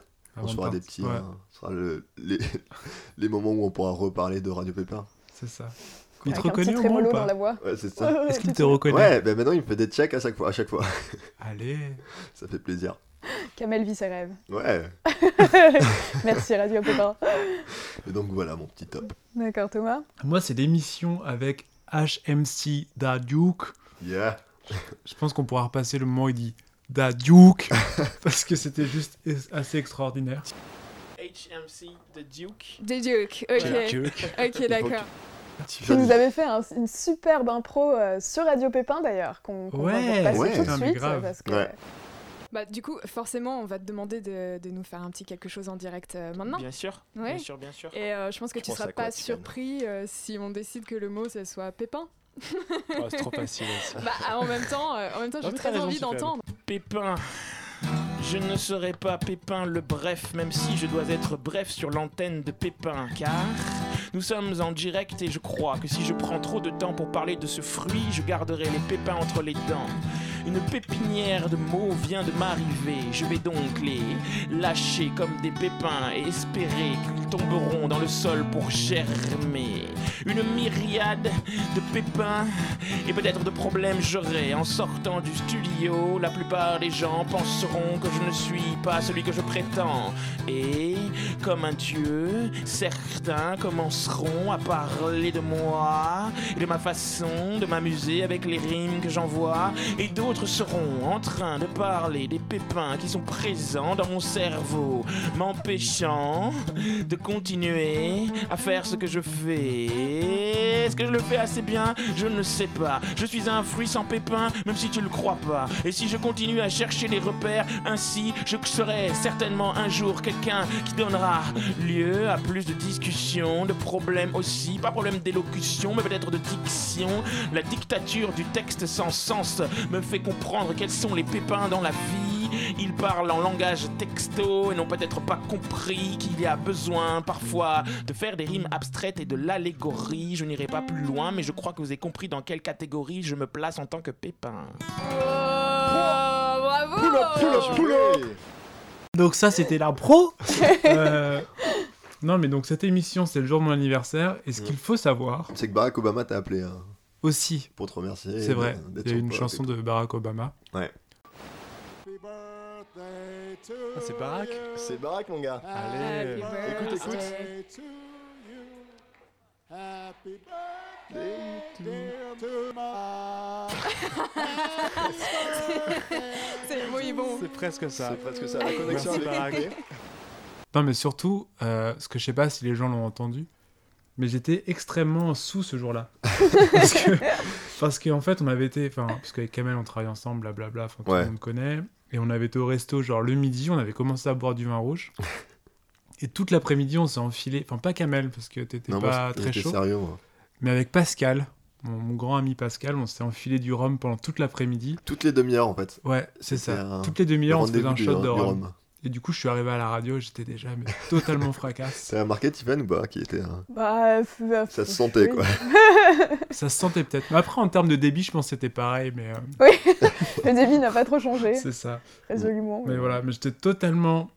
E: on
G: Avant de
E: se fera des
G: partir.
E: petits.
G: Ouais.
E: euh, ce sera le- les, (laughs) les moments où on pourra reparler de Radio Pépin.
G: C'est ça.
D: Il te Avec un reconnaît petit au moins ou trémolo pas dans la voix.
E: Ouais, c'est
G: (laughs)
E: ça.
D: Est-ce qu'il
G: te reconnaît
E: Ouais, ben maintenant il me fait des checks à chaque fois. À chaque fois. (laughs)
G: Allez.
E: ça fait plaisir.
D: Kamel vit ses rêves. (laughs)
E: Ouais.
D: Merci Radio Pépin.
E: Et donc voilà mon petit top.
D: D'accord Thomas.
G: Moi, c'est l'émission avec HMC Da Duke.
E: Yeah.
G: Je pense qu'on pourra repasser le moment où il dit
E: (laughs)
G: Da Duke parce que c'était juste es- assez extraordinaire.
P: HMC The Duke.
A: Des Duke, ok.
G: Duke.
A: Ok, d'accord.
D: Tu nous avais fait un- une superbe impro euh, sur Radio Pépin d'ailleurs, qu'on qu'on va vous
G: Ouais,
D: passer
G: ouais.
D: tout de
G: Putain, mais
D: suite.
G: grave.
D: Parce que... Oh,
E: Ouais.
A: Bah, du coup, forcément, on va te demander de, de nous faire un petit quelque chose en direct euh, maintenant.
P: Bien sûr,
A: Ouais.
P: bien sûr, bien sûr.
A: Et euh, je pense que
P: Je
A: tu
P: pense
A: seras
P: à quoi,
A: pas
P: Tiffany
A: surpris euh, si on décide que le mot, ce soit pépin.
P: Oh, c'est trop facile, ça.
A: bah, en même temps, euh, en même temps,
P: Non,
A: j'ai
P: mais
A: très
P: t'as raison,
A: envie
P: Sophia.
A: d'entendre.
P: Pépin. Je ne serai pas Pépin le bref, même si je dois être bref sur l'antenne de Pépin, car nous sommes en direct et je crois que si je prends trop de temps pour parler de ce fruit, je garderai les pépins entre les dents. Une pépinière de mots vient de m'arriver, je vais donc les lâcher comme des pépins et espérer qu'ils tomberont dans le sol pour germer. Une myriade de pépins et peut-être de problèmes j'aurai en sortant du studio. La plupart des gens penseront que je ne suis pas celui que je prétends. Et comme un dieu, certains commenceront à parler de moi, et de ma façon de m'amuser avec les rimes que j'envoie, et d'autres seront en train de parler des pépins qui sont présents dans mon cerveau, m'empêchant de continuer à faire ce que je fais. Est-ce que je le fais assez bien Je ne sais pas. Je suis un fruit sans pépins, même si tu le crois pas. Et si je continue à chercher les repères, ainsi, je serai certainement un jour quelqu'un qui donnera lieu à plus de discussions, de problèmes aussi. Pas problème d'élocution, mais peut-être de diction. La dictature du texte sans sens me fait comprendre quels sont les pépins dans la vie. Ils parlent en langage texto et n'ont peut-être pas compris qu'il y a besoin parfois de faire des rimes abstraites et de l'allégorie. Je n'irai pas plus loin, mais je crois que vous avez compris dans quelle catégorie je me place en tant que pépin.
A: bravo
D: Oh.
G: Donc ça,
D: (laughs)
G: c'était l'impro. Euh, non, mais donc cette émission, c'est le jour de mon anniversaire. Et ce qu'il faut savoir
E: C'est que Barack Obama t'a appelé. hein,
G: aussi,
E: Pour te remercier. euh,
G: c'est vrai,
E: d'être
G: il y a
E: son
G: une
E: pote et
G: chanson de Barack Obama.
E: Ouais.
I: Ah,
N: c'est Barak C'est Barak mon gars.
G: Ah,
H: Allez. Happy
N: écoute, écoute.
H: birthday
A: C'est le mot est bon.
I: C'est presque ça.
N: C'est presque ça. La
I: Merci,
N: connexion avec
I: Barack.
N: Barak.
G: Non, mais surtout, euh, ce que je sais pas si les gens l'ont entendu, mais j'étais extrêmement sous
E: (laughs)
G: ce jour-là. parce que, parce qu'en fait, on avait été, enfin, parce qu'avec Kamel, on travaille ensemble, blablabla, enfin, tout
E: Ouais.
G: le monde connaît, et on avait été au resto, genre le midi, on avait commencé à boire du
E: (laughs)
G: vin rouge. Et toute l'après-midi, on s'est enfilé, enfin pas Kamel, parce que t'étais
E: Non, moi,
G: pas
E: j'étais
G: très chaud.
E: sérieux, moi.
G: Mais avec Pascal, mon, mon grand ami Pascal, on s'était enfilé du rhum pendant toute l'après-midi.
E: Toutes les demi-heures en fait.
G: Ouais, c'est ça.
E: C'était un-
G: Toutes les demi-heures,
E: le
G: on se faisait un
E: rendez-vous
G: shot
E: du-
G: de
E: du
G: rhum.
E: rhum.
G: Et du coup, je suis arrivé à la radio, j'étais déjà mais,
E: (laughs)
G: totalement fracasse.
E: T'as remarqué Tiffany ou pas qui était un-
D: Bah, f- euh,
E: Ça se
D: f- oui.
E: sentait
D: (laughs)
E: quoi.
G: Ça se sentait peut-être. Mais après, en termes de débit, je pense que c'était pareil, mais euh,
D: oui, le débit n'a pas trop changé.
G: c'est ça.
D: Résolument.
G: Mais
D: oui.
G: voilà, mais j'étais totalement,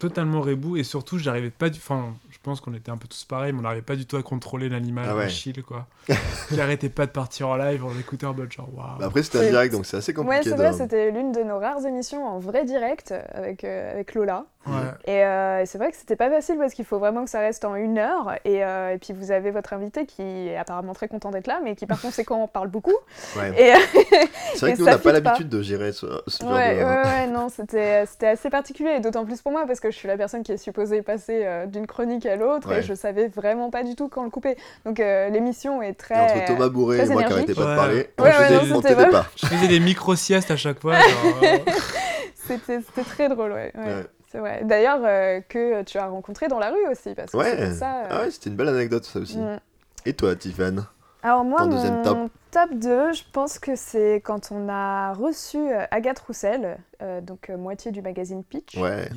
G: totalement rebou et surtout, j'arrivais pas du. Enfin, je pense qu'on était un peu tous pareils, mais on n'arrivait pas du tout à contrôler l'animal
E: Ah ouais.
G: Achille, quoi. (laughs) Qui arrêtait pas de partir en live en écoutait en mode genre waouh.
E: Bah après, c'était un
D: Ouais.
E: direct donc c'est assez compliqué.
D: Ouais, c'est
E: de-
D: vrai, c'était l'une de nos rares émissions en vrai direct avec, euh, avec Lola.
G: Ouais.
D: Et euh, c'est vrai que c'était pas facile parce qu'il faut vraiment que ça reste en une heure. Et, euh, et puis vous avez votre invité qui est apparemment très content d'être là, mais qui par conséquent parle
E: (laughs)
D: beaucoup.
E: Ouais.
D: Et, (laughs)
E: C'est vrai
D: et
E: que nous on
D: ça
E: n'a pas
D: fit
E: l'habitude de gérer ce, ce genre
D: Ouais,
E: de.
D: ouais, ouais, non, c'était c'était assez particulier, et d'autant plus pour moi, parce que je suis la personne qui est supposée passer euh, d'une chronique à l'autre,
E: Ouais.
D: et je savais vraiment pas du tout quand le couper. Donc euh, l'émission est
E: Et
D: très.
E: entre Thomas Bourré et
D: très
E: moi qui
D: énergique.
E: arrêtais pas de parler, on
D: Ouais, ouais, non,
E: faisait- on
D: c'était
E: t'aidait
D: vraiment-
E: pas.
G: Je faisais des micro-siestes à chaque fois. genre,
D: (laughs)
G: euh,
D: C'était c'était très drôle, ouais. ouais.
E: Ouais.
D: C'est vrai. D'ailleurs, euh, que tu as rencontré dans la rue aussi, parce que
E: Ouais.
D: c'était ça. euh,
E: Ah ouais, c'était une belle anecdote ça aussi.
D: Mm.
E: Et toi, Tiffany
D: Alors moi,
E: Ton
D: mon
E: deuxième
D: top.
E: top.
D: 2, je pense que c'est quand on a reçu euh, Agathe Roussel, euh, donc euh, moitié du magazine Pitch.
E: Ouais.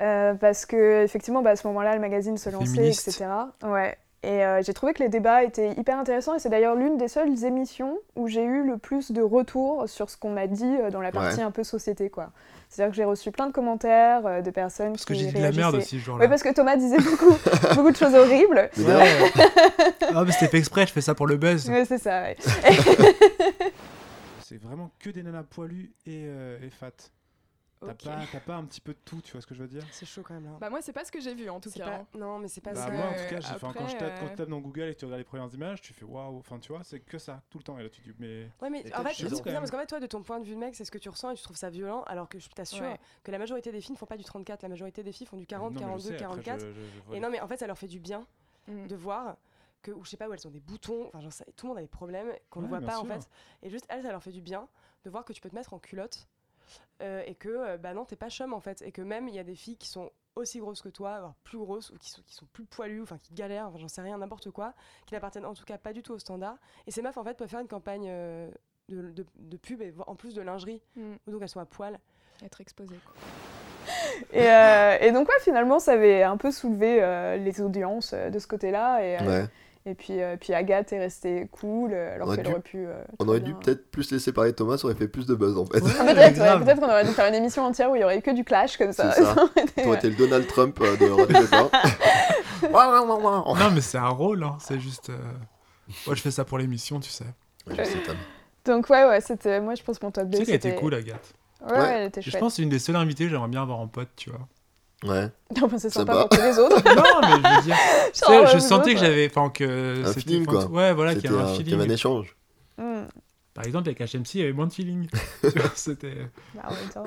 D: Euh, parce que effectivement, bah, à ce moment-là, le magazine se lançait,
E: Féministe.
D: etc. Ouais. Et euh, j'ai trouvé que les débats étaient hyper intéressants et c'est d'ailleurs l'une des seules émissions où j'ai eu le plus de retours sur ce qu'on m'a dit euh, dans la partie
G: Ouais.
D: un peu société quoi. C'est-à-dire que j'ai reçu plein de commentaires euh, de personnes
G: Parce que
D: qui
G: j'ai dit de la merde
D: réagissaient.
G: aussi ce jour-là.
D: Ouais, parce que Thomas disait beaucoup,
E: (laughs)
D: beaucoup de choses horribles.
G: Ouais. (laughs) ah, mais c'était fait exprès, je fais ça pour le buzz.
D: Ouais, c'est ça. ouais.
I: (laughs) C'est vraiment que des nanas poilues et, euh, et fat. T'as
K: Ok.
I: pas, t'as pas un petit peu de tout, tu vois ce que je veux dire
K: C'est chaud quand même là.
A: Bah moi c'est pas ce que j'ai vu en tout
K: C'est
A: cas.
K: pas-
A: hein.
K: Non, mais c'est pas
I: Bah,
K: ça. euh,
I: moi en tout cas, j'ai- enfin, quand,
A: après,
I: je tape, quand tu
A: euh,
I: tapes dans Google et que tu regardes les premières images, tu fais waouh, enfin tu vois, c'est que ça tout le temps. Et là tu dis, mais.
K: Ouais, Ah, mais
I: Et
K: en
I: t'as-
K: fait,
I: je suis
K: c'est
I: dedans, quand
K: bizarre
I: même.
K: parce qu'en fait, toi, de ton point de vue de mec, c'est ce que tu ressens et tu trouves ça violent, alors que je t'assure
A: Ouais.
K: que la majorité des filles ne font pas du 34, la majorité des filles font du
A: Non,
K: 40,
A: mais je
K: 42,
A: sais, après,
K: 44.
A: je- je- je vois
K: et
A: les-
K: non, mais en fait, ça leur fait du bien de voir que, ou je sais pas, où elles ont des boutons, enfin, genre, ça- tout le monde a des problèmes qu'on ne
A: Ouais,
K: voit
A: bien
K: pas en
A: sûr.
K: fait. Et juste, elles, ça leur fait du bien de voir que tu peux te mettre en culotte euh, et que, euh, bah non, t'es pas chum en fait. Et que même, il y a des filles qui sont aussi grosses que toi, voire plus grosses, ou qui sont, qui sont plus poilues, ou enfin qui galèrent, enfin, j'en sais rien, n'importe quoi, qui n'appartiennent en tout cas pas du tout au standard. Et ces meufs en fait peuvent faire une campagne euh, de, de- de pub, et, vo- en plus de lingerie,
A: Mm.
K: où donc elles sont à poil.
A: hein, Être exposées.
D: Et, euh, et donc, ouais, finalement, ça avait un peu soulevé euh, les audiences euh, de ce côté-là. Et, euh,
E: Ouais.
D: et puis, euh, puis Agathe est restée cool, euh, alors
E: On aurait
D: qu'elle
E: dû-
D: aurait pu. euh,
E: On
D: très
E: aurait
D: bien-
E: dû peut-être plus laisser parler Thomas, ça aurait fait plus de buzz en fait.
D: Ah, peut-être, ouais, peut-être qu'on aurait dû faire une émission entière où il y aurait eu que du clash comme ça.
E: (laughs)
D: (laughs)
E: C'est ça.
D: aurait été-
E: T'aurais été le Donald Trump euh, de Radio
D: (laughs)
E: Pépin.
G: Non, mais c'est un rôle, hein, c'est juste. euh, Moi, je fais ça pour l'émission, tu sais.
D: Donc, ouais, ouais, c'était. Moi, je pense que mon top 2.
G: Tu sais qu'elle
D: c'était-
G: était cool, Agathe.
D: Ouais, ouais, elle était
G: Et
D: chouette.
G: Je pense que c'est une des seules invitées que j'aimerais bien avoir en pote, tu vois.
E: Ouais.
D: Non, mais c'est
G: Ça
D: sympa
G: va.
D: pour tous les autres.
G: non, mais je veux dire. tu sais,
D: Genre,
G: je
D: euh,
G: sentais
D: vous
G: que
D: autres,
G: j'avais. Enfin, que.
E: Un
G: c'était-
E: feeling,
G: enfin,
E: quoi.
G: Ouais, voilà, qu'il y
E: C'était
G: avait un
E: un- qu'il
G: feeling.
E: y avait un échange.
D: Hmm.
G: Par exemple, avec HMC, il y avait moins de
E: (laughs)
G: feeling. (laughs) Tu vois, C'était.
D: Bah, en même temps.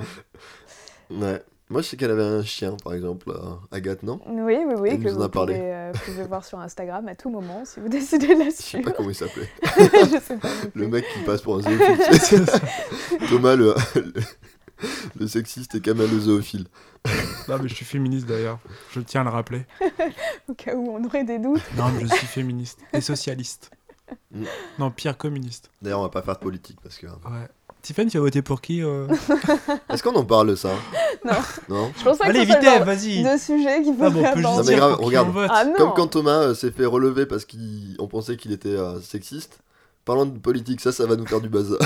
E: Ouais. Moi, je sais qu'elle avait un chien, par exemple, euh, Agathe, non
D: Oui, oui, oui,
E: Elle
D: que
E: nous en
D: vous
E: a parlé.
D: pouvez, euh, vous pouvez voir sur Instagram à tout moment si vous (laughs) décidez de la
E: Je sais
D: suivre. (laughs)
E: pas comment il s'appelait.
D: Je sais pas non plus.
E: Le mec qui passe pour un
G: (laughs)
E: zoophile. (laughs) Thomas, le, le, le sexiste et Kamal, le zoophile.
G: Non, mais je suis féministe d'ailleurs. Je tiens à le rappeler.
D: Au cas où on aurait des doutes.
G: Non, mais je suis féministe. Et socialiste.
E: Mm.
G: Non, pire communiste.
E: D'ailleurs, on va pas faire de politique parce que. hein.
G: Ouais. Tiffany, tu as voté pour qui euh
E: Est-ce qu'on en parle de ça
D: Non.
E: Non
D: Je pense pas
G: Allez,
D: que ce soit
G: vite, eh,
D: le genre
G: vas-y.
D: de sujet qu'il faut
G: Ah bon, on peut
E: Non,
G: juste
E: mais
G: dire
E: grave,
G: pour qui
E: regarde.
G: on vote.
D: hein. Ah non.
E: Comme quand Thomas euh, s'est fait relever parce qu'on pensait qu'il était euh, sexiste. Parlons de politique, ça, ça va nous faire du buzz.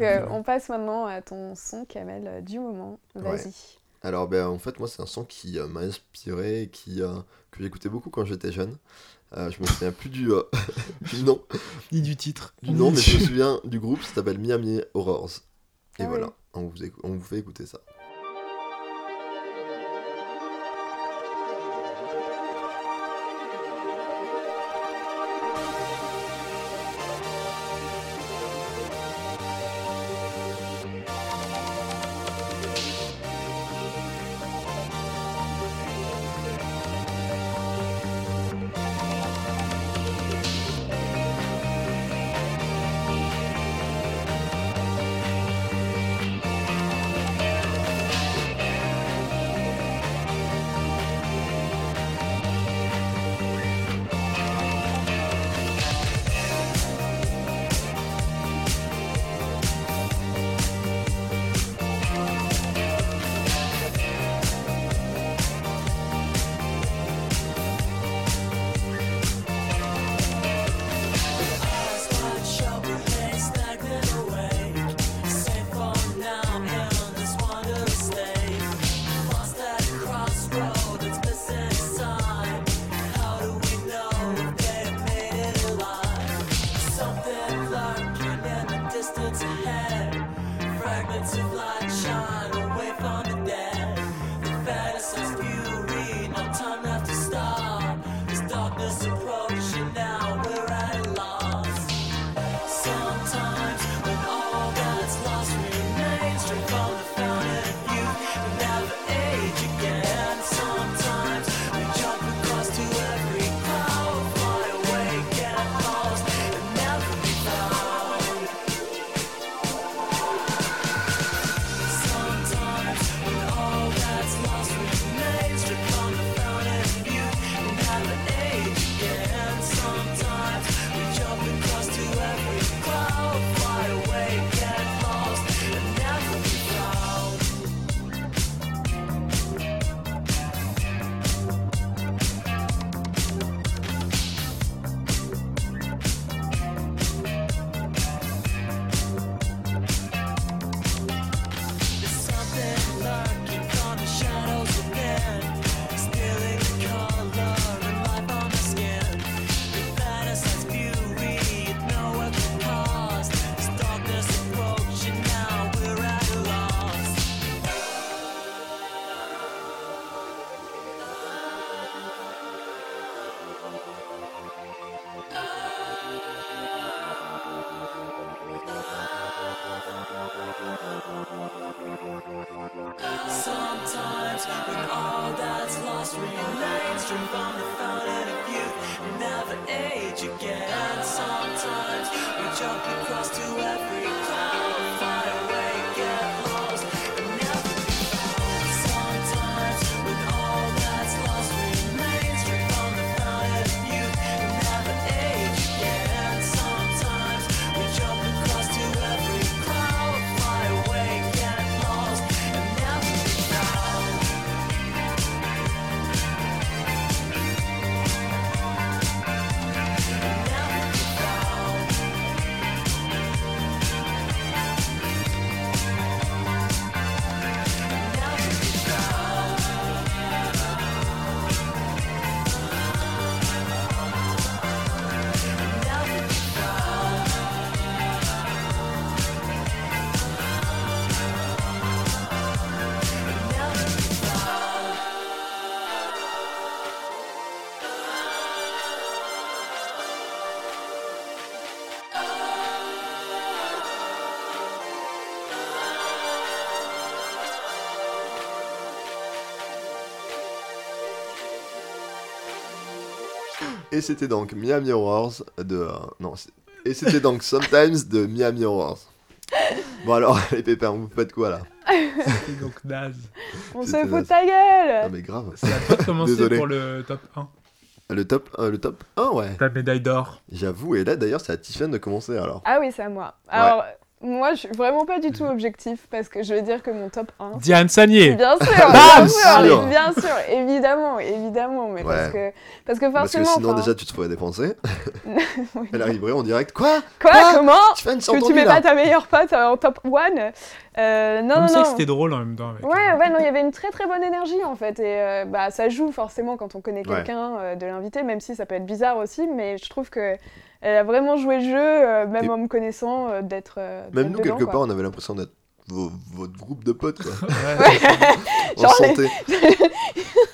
D: Euh, on passe maintenant à ton son, Kamel, euh, du moment. Vas-y.
E: Ouais. Alors, ben, en fait, moi, c'est un son qui euh, m'a inspiré, et qui, euh, que j'écoutais beaucoup quand j'étais jeune. Euh, je me souviens plus du, euh, (laughs) du nom.
G: Ni du titre.
E: Du nom,
G: Ni
E: mais
G: du-
E: je me souviens du groupe, ça s'appelle Miami Horrors. Et
D: Ah
E: voilà,
D: oui.
E: on vous, écou- on vous fait écouter ça.
H: Miami,
Q: swinging mainstream from the fountain of youth. Never age again. And sometimes we jump across to every cloud. Find a way, get lost, and never be found. Sometimes with all that's lost, we remain straight from the fountain of youth. Never age again. And sometimes we jump across to every cloud. Fly away, get lost, and never be found.
E: Et c'était donc Mia Mirrors de. euh, non, c'est- et c'était donc Sometimes de Mia Mirrors. Bon alors, (laughs) les pépins, vous faites quoi là
G: (laughs) C'est donc naze.
D: On se
E: C'était
D: fout de
E: naze.
D: ta
E: Ah,
D: gueule
E: mais grave.
G: Ça a pas commencé
E: Désolé.
G: pour le top 1.
E: Le top, euh, le top 1, ouais.
G: Ta médaille d'or.
E: J'avoue, et là d'ailleurs, c'est à Tiffen de commencer alors.
D: Ah oui, c'est à moi. Alors, moi, je suis vraiment pas du tout objectif parce que je vais dire que mon top 1.
G: Diane Sagnier.
E: (laughs)
D: Bien sûr,
G: Bam
D: bien sûr,
E: Sûr.
D: bien sûr, évidemment, évidemment, mais parce que,
E: Ouais.
D: parce que
E: Parce que
D: forcément.
E: sinon,
D: enfin,
E: déjà, tu te ferais dépenser.
D: (laughs) Oui.
E: Elle arriverait en direct. Quoi
D: Quoi, Comment
E: Ah, Tu fais une
D: Que (laughs) tu
E: sortendue,
D: mets
E: là.
D: pas ta meilleure pote euh, en top 1 euh, Non,
G: Non,
D: non,
G: mais c'est
D: non.
G: que c'était drôle en même temps. euh, mec.
D: Ouais, ouais, non, il y avait une très très bonne énergie en fait. Et euh, bah, ça joue forcément quand on connaît
G: Ouais.
D: quelqu'un euh, de l'inviter, même si ça peut être bizarre aussi. Mais je trouve que elle a vraiment joué le jeu, euh, même
E: Et-
D: en me connaissant, euh, d'être. euh,
E: Même
D: d'être
E: nous,
D: dedans,
E: quelque
D: quoi. (laughs)
E: part, on avait l'impression d'être vo- votre groupe de potes, quoi.
G: (laughs)
E: on
D: Genre les-
E: sentait.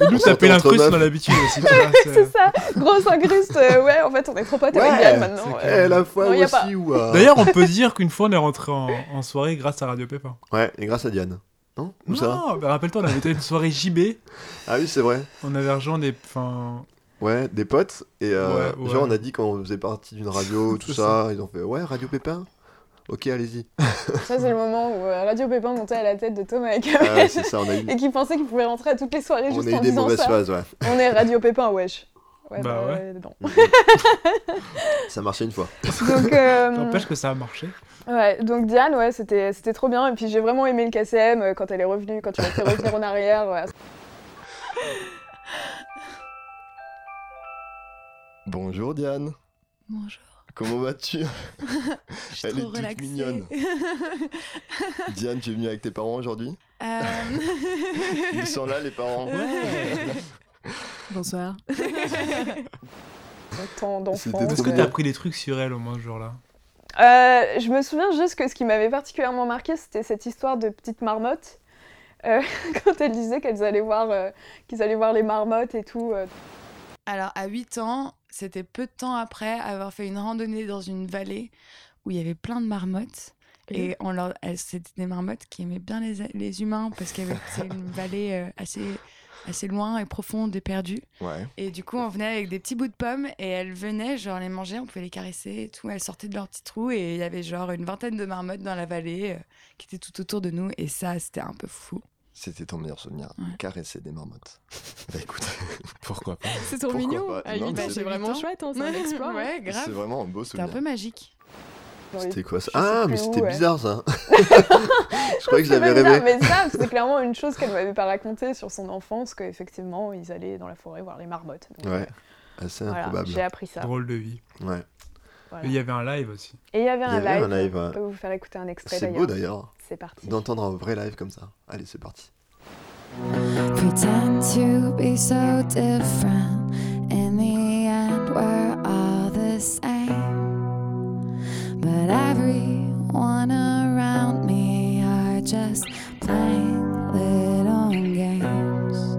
G: Et nous,
E: On
G: ça
E: s'entend
G: appelé
E: entre
G: l'incruste,
E: meufs.
G: on a l'habitude aussi. tu
D: (laughs)
G: vois,
D: C'est
E: euh,
G: c'est-
D: ça, grosse incruste. euh, ouais, en fait, on est trop potes avec Diane maintenant.
E: c'est
D: euh.
E: clair. Eh, la fois
D: non, y a pas.
E: aussi où. euh,
G: D'ailleurs, on peut dire qu'une fois, on est rentré en, en soirée grâce à Radio Pépin.
E: Ouais, et grâce à Diane. Non Où ça
G: Non, bah, rappelle-toi, on avait été à une soirée JB.
E: Ah oui, c'est vrai.
G: On avait rejoint des. Enfin,
E: Ouais, des potes. Et euh,
G: Ouais, ouais.
E: genre, on a dit qu'on faisait partie
N: (laughs)
E: d'une radio, tout
G: C'est
E: ça. Ils ont fait Ouais, Radio Pépin
D: (laughs)
E: Ok, allez-y.
D: Ça, c'est le moment où euh, Radio Pépin montait à la tête de Thomas et
E: Ah
D: Kamel.
E: ouais, c'est ça, on a eu,
D: Et qui pensait qu'il pouvait rentrer à toutes les soirées
E: on
D: juste
E: a eu
D: en
E: des
D: disant
E: mauvaises
D: ça.
E: phases, ouais.
D: On est Radio Pépin, wesh. Ouais,
G: Bah
D: euh,
G: ouais.
D: non.
E: Ça marchait une fois.
D: Donc,
G: (laughs)
D: euh,
G: n'empêche que ça a marché.
D: Ouais, donc Diane, ouais, c'était c'était trop bien. Et puis j'ai vraiment aimé le KCM euh, quand elle est revenue, quand tu l'as fait revenir en arrière. ouais.
N: Bonjour Diane.
F: Bonjour.
N: Comment vas-tu (laughs)
F: Je suis
N: Elle est
F: trop
N: toute
F: relaxée.
N: mignonne. Diane, tu es venue avec tes parents aujourd'hui
F: (laughs) Euh, (laughs)
N: Ils sont là, les parents.
F: Bonsoir.
D: Tant d'enfants.
G: Est-ce que
D: euh.
G: t'as appris des trucs sur elle au moins ce jour-là
D: Euh, je me souviens juste que ce qui m'avait particulièrement marqué, c'était cette histoire de petite marmotte. Euh, (laughs) quand elle disait qu'elles allaient voir, euh, qu'ils allaient voir les marmottes et tout. euh.
F: Alors, à 8 ans, c'était peu de temps après avoir fait une randonnée dans une vallée où il y avait plein de marmottes.
D: Et
F: Et on leur... elles- c'était des marmottes qui aimaient bien les, les humains parce que (laughs) c'est une vallée euh, assez, assez loin et profonde et perdue.
N: Ouais.
F: Et du coup, on venait avec des petits bouts de pommes et elles venaient, genre, les manger, on pouvait les caresser et tout. Elles sortaient de leur petit trou et il y avait genre une vingtaine de marmottes dans la vallée euh, qui étaient tout autour de nous. Et ça, c'était un peu fou.
N: C'était ton meilleur souvenir, caresser des
G: (laughs)
N: marmottes. Bah écoute,
G: pourquoi pas
F: C'est trop
N: Pourquoi
F: mignon.
N: pas
F: Ah,
N: Non, mais
F: lui, bah,
N: c'est-
F: j'ai vraiment chouette, hein, c'est un exploit. Ouais, grave.
N: C'est vraiment un beau
F: C'était un
N: souvenir.
F: peu magique.
E: C'était quoi ça
D: Je sais
E: Ah,
D: plus
E: mais
D: où,
E: c'était
D: ouais. (laughs)
E: bizarre ça. je croyais que je l'avais
D: C'est bizarre,
E: rêvé.
D: Mais
E: (laughs)
D: ça, c'est clairement une chose qu'elle m'avait pas racontée sur son enfance, qu'effectivement, ils allaient dans la forêt voir les marmottes. Donc,
E: Ouais, assez
D: Voilà,
E: improbable.
D: j'ai appris ça.
G: Drôle de vie.
E: Ouais.
D: voilà.
G: Et il y avait un live aussi.
D: Et il y avait un
E: Il y avait
D: live.
E: un live, ouais.
D: On peut vous faire écouter un extrait
E: C'est beau d'ailleurs.
D: C'est parti.
E: D'entendre un vrai live comme ça. Allez, c'est parti.
H: Pretend to be so different. In the end, we're all the same. But everyone around me are just playing little games.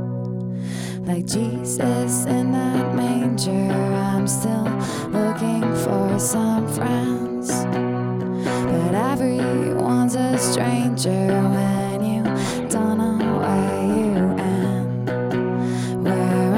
H: Like Jesus in that manger, I'm still looking for some friends. But everyone's a stranger when you don't know where you end. Where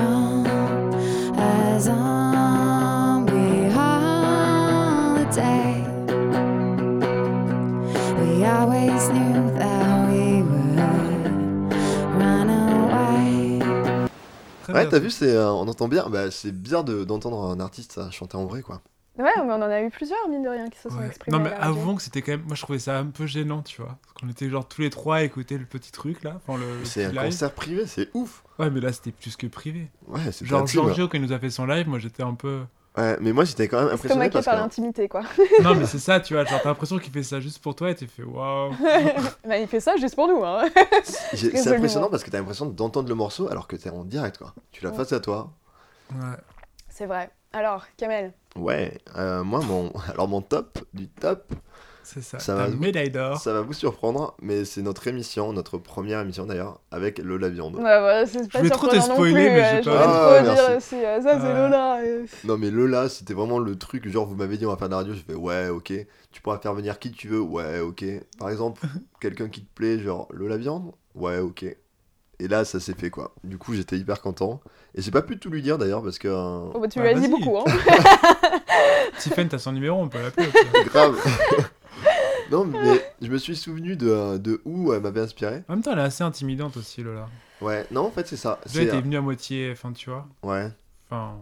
G: Très
E: ouais,
G: bien.
E: t'as vu, c'est, euh, on entend bien. Bah, c'est bien de- d'entendre un artiste ça, chanter en vrai, quoi.
D: Ouais, mais on en a eu plusieurs, mine de rien, qui se sont
G: Ouais.
D: exprimés.
G: Non, mais
D: à la radio.
G: avant que c'était quand même. Moi, je trouvais ça un peu gênant, tu vois. Parce qu'on était genre tous les trois à écouter le petit truc là. Enfin, le, le
E: C'est un
G: petit live.
E: concert privé, c'est ouf.
G: Ouais, mais là, c'était plus que privé.
E: Ouais, c'était hein.
G: Genre,
E: intime.
G: Giorgio, quand il nous a fait son live, moi, j'étais un peu. (laughs)
E: Ouais, mais moi, j'étais quand même
D: Parce que
E: impressionné
D: maqué
E: parce que.
D: par l'intimité, quoi. (laughs)
G: Non, mais c'est ça, tu vois. Genre, t'as l'impression qu'il fait ça juste pour toi et t'es
D: (laughs)
G: fait waouh.
D: Bah, il fait ça juste pour nous, hein. (laughs)
E: j'ai-
D: Très
E: C'est
D: joliment.
E: impressionnant parce que t'as l'impression d'entendre le morceau alors que t'es en direct, quoi. Tu l'as
D: Ouais.
E: face à toi.
D: C'est vrai. Alors, Kamel,
E: Ouais, euh, moi, mon... (laughs) alors mon top du top.
G: C'est ça,
E: va
G: la
E: vous-
G: médaille d'or.
E: Ça va vous surprendre, mais c'est notre émission, notre première émission d'ailleurs, avec Lola Viande.
D: Ouais, Bah, voilà, c'est pas
G: voulais trop te
D: surprenant non plus.
G: spoiler, mais
D: euh,
G: j'ai
D: je voulais
E: pas- Ah,
D: trop
E: merci.
D: dire aussi, euh, ça c'est
E: Ouais.
D: Lola. euh.
E: Non mais Lola, c'était vraiment le truc, genre vous m'avez dit on va faire de la radio, j'ai fait ouais ok, tu pourras faire venir qui tu veux, ouais ok. Par exemple, quelqu'un qui te plaît, genre Lola Viande, ouais ok. Et là ça s'est fait quoi. Du coup j'étais hyper content. Et j'ai pas pu tout lui dire d'ailleurs parce que... euh,
D: Oh, bah,
G: Ah,
D: tu lui as dit beaucoup, hein.
G: Tiffen, t'as son numéro, on peut l'appeler.
D: (laughs)
E: Grave. (laughs) non mais je me suis souvenu de, de où elle m'avait inspiré.
G: En même temps, elle est assez intimidante aussi, Lola.
E: Ouais, non en fait c'est ça.
G: Déjà, elle
E: C'est,
G: était
E: euh,
G: venue à moitié, enfin, tu vois.
E: Ouais.
G: Enfin.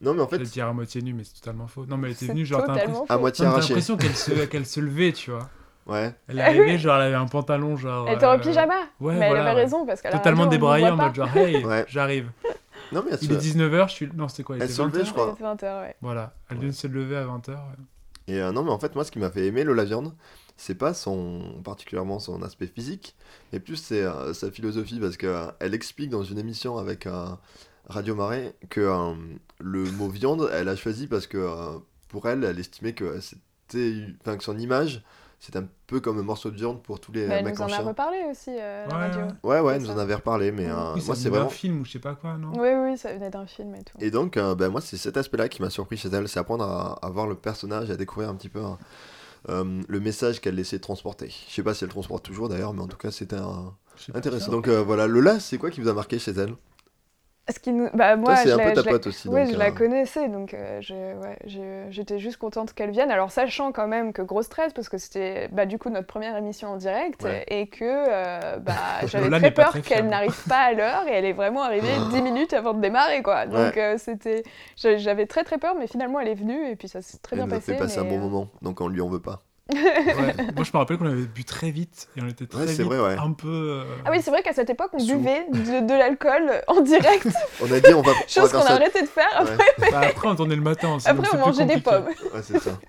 E: Non, mais en fait.
G: Je dire à moitié nue, mais c'est totalement faux. Non, mais (laughs) elle était
E: C'est
G: venue, genre, t'as
E: totalement
G: l'impression-
D: Ah,
E: faux. À moitié
G: Non, mais t'as
E: arrachée.
G: l'impression
E: (laughs)
G: qu'elle se, qu'elle se levait, tu vois.
E: Ouais.
G: Elle est arrivée, genre, elle avait un pantalon, genre.
D: Ah Elle était en
G: euh,
D: pyjama.
G: Ouais,
D: Mais elle
G: voilà,
D: avait
G: ouais.
D: raison, parce qu'à la
G: Totalement
D: radio, on ne
G: débraillée
D: voit
G: en
D: pas.
G: mode, genre, hey,
E: Ouais.
G: j'arrive.
E: Non, mais elle
G: Il
E: se-
G: est 19h, je suis. Non, c'était quoi Il
E: Elle
G: était
E: se levait,
G: 20h,
E: je crois.
D: C'est 20h, ouais.
G: Voilà, elle vient de se lever à 20h.
E: Et euh, non, mais en fait, moi, ce qui m'a fait aimer Lola Viande, c'est pas son particulièrement son aspect physique, mais plus c'est euh, sa philosophie, parce que euh, elle explique dans une émission avec euh, Radio Marais que euh, le mot viande, elle a choisi parce que euh, pour elle, elle estimait que c'était, enfin, que son image, c'est un peu comme un morceau de viande pour tous les
D: Bah, elle
E: mecs
D: nous
E: en
D: en a
E: chien.
D: reparlé aussi, euh, la radio.
E: Ouais, ouais, elle nous en avait reparlé, mais euh,
G: Oui, ça
E: moi, c'est
G: venait d'un
E: vraiment.
G: film ou je sais pas quoi, non
D: Oui, oui, ça venait d'un film et tout.
E: Et donc, euh, ben, moi, c'est cet aspect-là qui m'a surpris chez elle, c'est apprendre à, à voir le personnage, et à découvrir un petit peu hein, euh, le message qu'elle laissait transporter. Je sais pas si elle transporte toujours d'ailleurs, mais en tout cas, c'était un-
G: pas
E: intéressant.
G: ça.
E: Donc euh, voilà, Lola, c'est quoi qui vous a marqué chez elle
D: Ce qui nous... bah, moi,
E: Toi, c'est
D: je
E: un
D: la-
E: peu ta
D: je la-
E: pote aussi,
D: Ouais,
E: donc,
D: je
E: euh,
D: la connaissais, donc euh, je- ouais, je- j'étais juste contente qu'elle vienne. Alors, sachant quand même que grosse stress, parce que c'était bah, du coup notre première émission en direct,
G: Ouais.
D: et que euh,
E: (laughs)
D: bah, j'avais
G: Lola
D: très
G: n'est pas
D: peur
G: très
D: qu'elle
G: fiable.
D: n'arrive pas à l'heure, et elle est vraiment
E: (laughs)
D: arrivée 10 minutes avant de démarrer, quoi. Donc,
E: Ouais.
D: euh, c'était, j'a- j'avais très très peur, mais finalement, elle est venue, et puis ça s'est très
E: Elle
D: bien
E: nous a
D: passé.
E: fait passer
D: mais,
E: un bon
D: euh,
E: moment, donc on lui en veut pas.
G: Ouais. Moi, je me rappelle qu'on avait bu très vite et on était très
E: Ouais, c'est
G: vite
E: vrai, ouais.
G: un peu. euh,
D: Ah oui, c'est vrai qu'à cette époque, on buvait de, de l'alcool en direct,
E: (laughs) On a
D: (laughs)
E: dit, on va, on va
D: chose qu'on
E: faire
D: a
E: ça.
D: arrêté de faire.
E: Ouais.
D: Après,
G: bah, après, on tournait le matin. sinon
D: (laughs) après
G: c'est
D: on
G: plus
D: mangeait des
G: compliqué.
D: pommes. (laughs)
E: Ouais, c'est ça.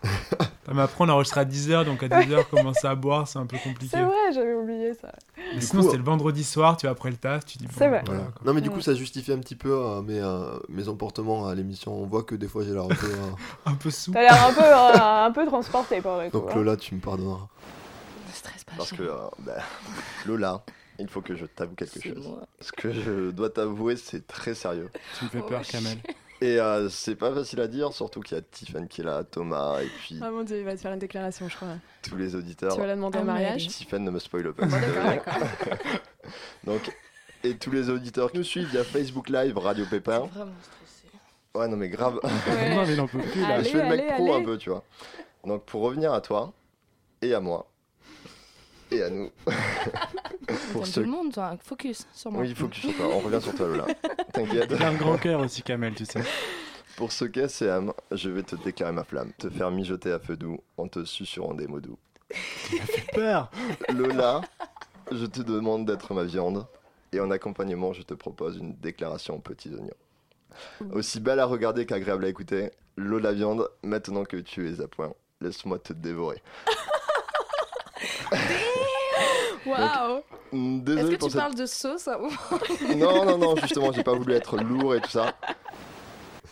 G: Ah, mais après, on enregistre à 10h, donc à 10h, commencer à boire, c'est un peu compliqué.
D: C'est vrai, j'avais oublié ça.
G: Mais sinon, c'était le vendredi soir, tu vas après le taf, tu dis. bon,
D: C'est vrai.
G: voilà,
E: Ouais.
G: quoi.
E: Non, mais du
D: Mm.
E: coup, ça justifie un petit peu euh, mes, euh, mes emportements à l'émission. On voit que des fois, j'ai l'air un
D: (laughs)
E: peu. euh,
G: Un peu sous.
D: T'as l'air un peu, euh, un peu transporté par le coup.
E: Donc
D: hein.
E: Lola, tu me pardonneras.
F: Ah,
N: Parce que, euh, bah, (laughs) Lola, il faut que je t'avoue quelque chose. Ce que je dois t'avouer, c'est très sérieux.
I: Tu me fais
D: Oh,
I: peur,
D: (laughs)
I: Kamel.
N: Et euh, c'est pas facile à dire, surtout qu'il y a Tiffany qui est là, Thomas, et puis
A: Ah mon dieu, il va te faire une déclaration, je crois.
N: tous les auditeurs.
A: Tu vas la demander en Ah, mais mariage allez.
N: Tiffany ne me spoil pas.
A: Bon,
D: Oh,
G: (laughs)
A: d'accord,
N: Donc, et tous les auditeurs qui nous suivent via Facebook Live, Radio Pépin.
Q: vraiment
N: Ouais, non, mais grave.
Q: Ouais. Non, mais il en peut plus,
N: (laughs)
Q: là.
N: je fais le mec
Q: Allez,
N: pro
Q: allez.
N: un peu, tu vois. Donc, pour revenir à toi, et à moi, et à nous.
R: Pour
N: pour
R: tout
N: ceux.
R: le monde, toi, focus sur moi.
N: Oui, il faut que sur toi. On revient sur toi, Lola. T'inquiète.
I: Il a un grand cœur aussi, Kamel, tu sais.
N: Pour ce qu'est CM, je vais te déclarer ma flamme, te faire mijoter à feu doux en te susurrant des mots doux.
I: Peur
R: (laughs)
N: Lola, je te demande d'être ma viande. Et en accompagnement, je te propose une déclaration aux petits oignons.
R: Mmh.
N: Aussi belle à regarder qu'agréable à écouter, Lola viande, maintenant que tu es à point, laisse-moi
R: (laughs)
N: te dévorer.
R: Waouh
N: Mm,
R: Est-ce
N: Désolé
R: que
N: pour
R: tu
N: cette-
R: parles de sauce à un moment
N: Non,
R: (laughs)
N: non, non, justement, j'ai pas voulu être lourd et tout ça.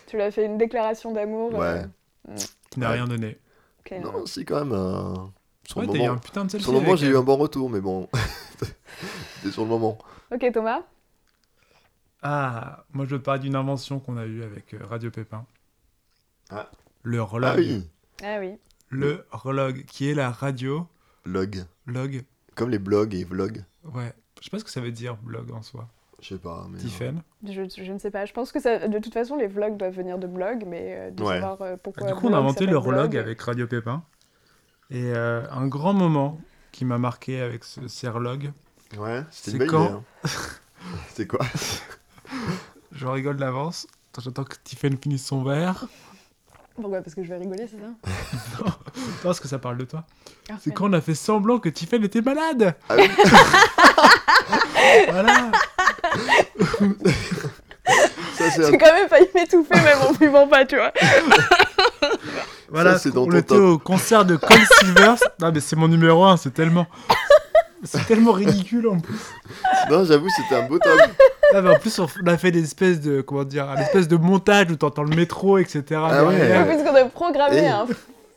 D: Tu lui as fait une déclaration d'amour. euh,
E: Ouais.
G: Qui n'a rien donné.
D: Clément.
E: Non, si, quand même. euh, sur
G: Ouais,
E: le
G: t'as eu
E: moment,
G: un putain de selfie
E: sur le moment
G: avec euh,
E: j'ai
G: elle.
E: eu un bon retour, mais bon. (laughs) C'était sur le moment.
D: Ok Thomas,
G: Ah, moi, je veux parler d'une invention qu'on a eue avec euh, Radio Pépin.
E: Ah.
G: Le relog.
E: Ah oui.
D: Ah oui.
G: Le relog, qui est la radio.
E: Log.
G: Log.
E: Comme les blogs et vlogs.
G: Ouais. Je sais pas ce que ça veut dire, blog en soi.
E: Je sais pas. Mais...
G: Tiffen.
D: je, je ne sais pas. Je pense que ça, de toute façon, les vlogs doivent venir de blog, mais euh, de savoir euh, pourquoi.
G: Ah, du coup, on a
D: blog
G: inventé
D: s'appelle
G: le
D: blog.
G: relog avec Radio Pépin. Et euh, un grand moment qui m'a marqué avec ce, ces relogs,
E: euh, Ouais, c'était (laughs)
G: c'est
E: une belle (laughs)
G: quand
E: idée, hein. C'était quoi
G: Je rigole d'avance. Attends, J'attends que Tiffany finisse son
E: (laughs)
G: verre.
D: Pourquoi Parce que je vais rigoler, c'est ça
G: non, parce que ça parle de toi.
D: Ah,
G: C'est
D: ouais.
G: quand on a fait semblant que Tiffany était malade.
E: Ah
G: (laughs) voilà.
E: Ça, c'est
D: (laughs) J'ai
E: un-
D: quand même failli m'étouffer, même en buvant pas, tu vois.
G: Eh. Voilà,
E: Ça, c'est dans
G: on
E: ton
G: était
E: top.
G: au concert de Cold Silver. non, mais c'est mon numéro 1, c'est tellement. C'est tellement ridicule en plus.
E: Non, j'avoue, c'était un (laughs) beau top.
G: Non, Ah, mais en plus, on on a fait des espèces de. Comment dire Une espèce de montage où t'entends le métro, etc.
E: Ah
G: derrière.
D: Parce qu'on a programmé
G: Eh.
D: un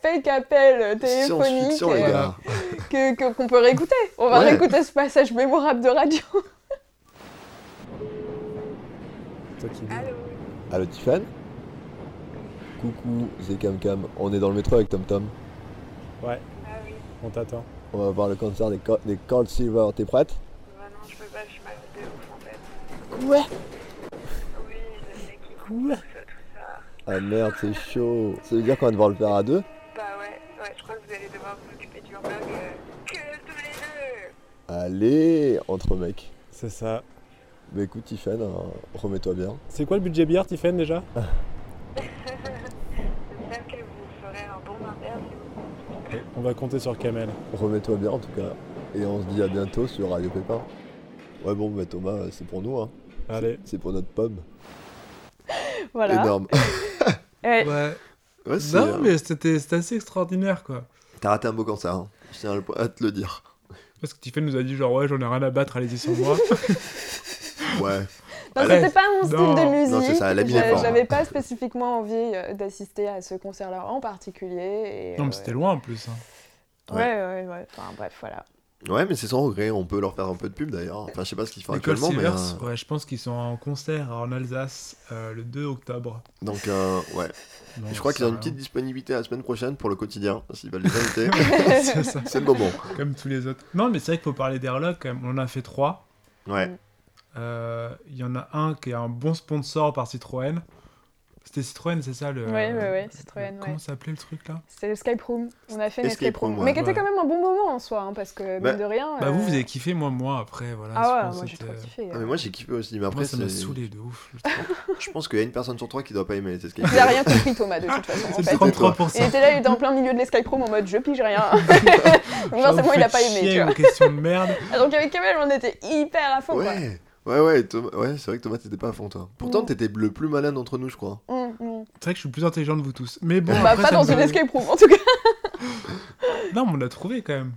D: fake appel téléphonique
G: Science-fiction, les
D: euh,
G: gars.
D: que- que- qu'on peut réécouter. On va
G: Ouais.
D: réécouter ce passage mémorable de radio. (laughs)
E: Allô Allô, Tiffany Coucou, c'est Cam Cam. On est dans le métro avec Tom Tom.
S: Ouais. On t'attend.
E: On va voir le concert des, Co- des Cold Silver. T'es prête
S: Ouais.
E: Ah merde, c'est chaud. Ça veut dire qu'on va devoir le faire à deux Bah ouais, ouais, je crois que vous allez devoir vous occuper du hamburger. Que tous les deux Allez, entre mecs.
S: C'est ça.
E: Bah écoute, Tiffany, hein, remets-toi bien.
S: C'est quoi le budget bière, Tiffany, déjà (laughs) On va compter sur Kamel.
E: Remets-toi bien en tout cas. Et on se dit à bientôt sur Radio Pépin. Ouais, bon, bah Thomas, euh, c'est pour nous. Hein.
S: Allez.
E: C'est pour notre pomme.
D: Voilà.
E: Énorme.
D: Ah Ouais.
G: Ouais.
E: (laughs) Ouais, c'est,
G: non,
E: euh,
G: mais c'était c'était assez extraordinaire, quoi.
E: T'as raté un beau concert, hein. je tiens à le- à te le dire.
G: Parce que Tiffany nous a dit, genre, ouais, j'en ai rien à battre, allez-y sans
E: (laughs)
G: moi.
E: Ouais.
D: Non,
G: Allez.
D: c'était pas mon style
G: Non.
D: de musique.
E: Non, c'est ça, elle a mis
D: J'a-
E: l'effort.
D: J'avais pas spécifiquement envie euh, d'assister à ce concert-là en particulier. et,
G: Non, mais
D: euh,
G: c'était loin en plus. hein.
D: Ouais, ouais, ouais. Enfin, bref, voilà.
E: Ouais, mais c'est sans regret, on peut leur faire un peu de pub d'ailleurs. Enfin, je sais pas ce qu'ils font
G: Les Cold
E: actuellement, mais.
G: Silvers,
E: euh,
G: ouais, je pense qu'ils sont en concert en Alsace euh, le 2 octobre.
E: Donc, euh, ouais.
G: Non,
E: je crois qu'ils ont
G: ça,
E: une petite
G: hein.
E: disponibilité la semaine prochaine pour le quotidien, s'ils veulent les inviter.
D: (laughs)
G: (laughs) C'est ça.
E: c'est le moment.
G: Comme tous les autres. Non, mais c'est vrai qu'il faut parler d'Airlock quand même. On en a fait trois.
E: Ouais.
G: Euh, Il y en a un qui est un bon sponsor par Citroën. C'était Citroën, c'est ça le.
D: Ouais, ouais, ouais, Citroën,
G: Comment
D: ouais.
G: ça s'appelait le truc là
D: C'était le Skype Room. On a fait un
G: Escape
D: Escape, Room.
G: Room, ouais.
D: Mais qui était
G: Ouais.
D: quand même un bon moment en soi, hein, parce que,
E: Bah-
D: mine de rien.
G: Bah, vous, vous
D: euh,
G: avez kiffé, moi, moi, après. Voilà,
D: Ah ouais,
G: je pense
D: moi,
G: que
D: j'ai
G: c'était-
D: trop kiffé. hein.
E: Ah, mais moi j'ai kiffé aussi, mais après.
G: Moi, ça m'a
E: c'est-
G: saoulé
D: (laughs)
G: de ouf.
E: Je pense qu'il y a une personne sur trois qui doit pas aimer les escape
D: Il a rien compris, Thomas, de toute
G: (laughs)
D: façon. en
E: C'est
D: fait.
E: 33%.
D: Il était là, il était en plein milieu de l'escape room en mode je pige
G: (laughs)
D: rien. Donc,
G: Genre,
D: forcément,
G: vous
D: il a
G: faites
D: pas aimé,
G: chier
D: tu vois.
G: vos questions de merde.
D: Donc, avec Kamel, on était hyper à fond, quoi.
E: Ouais, ouais, ouais, Thomas- ouais c'est vrai que Thomas t'étais pas à fond toi. Pourtant
D: Mm.
E: t'étais le plus malin d'entre nous, je crois.
D: Hum, hum.
G: C'est vrai que je suis le plus intelligent de vous tous. Mais bon.
D: bah,
G: après,
D: pas
G: ça
D: dans
G: me-
D: une escape room, en tout cas.
G: Non, mais on l'a trouvé quand même.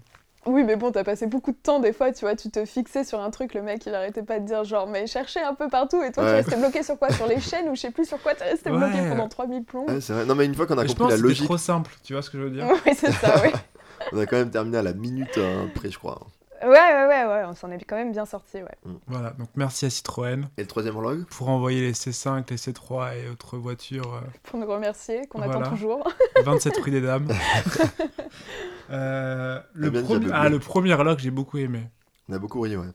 D: Oui, mais bon, t'as passé beaucoup de temps, des fois, tu vois, tu te fixais sur un truc, le mec, il arrêtait pas de dire genre, mais cherchez un peu partout, et toi,
E: Ouais.
D: tu restais bloqué sur quoi Sur les chaînes ou je sais plus sur quoi, t'es resté
G: Ouais.
D: bloqué pendant 3000 plombs.
E: Ouais, c'est vrai. Non, mais une fois qu'on a
G: Mais je
E: compris
G: pense
E: la
G: que c'était
E: logique,
G: trop simple, tu vois ce
D: (laughs)
G: que je veux dire
D: Oui, c'est ça,
E: (laughs)
D: ouais.
E: on a quand même terminé à la minute euh, près, je crois.
D: Ouais, ouais, ouais, ouais, on s'en est quand même bien sorti, ouais.
G: Voilà, donc merci à Citroën.
E: Et le troisième vlog
G: Pour envoyer les C5, les C3 et autres voitures. euh,
D: Pour nous remercier, qu'on
G: Voilà.
D: attend
E: (laughs)
D: toujours.
G: 27 rue
D: (laughs)
G: des Dames. Euh, le,
E: Eh bien,
G: premier,
E: j'avais
G: ah,
E: oublié.
G: le premier alors que j'ai beaucoup aimé.
E: On a beaucoup ri, ouais.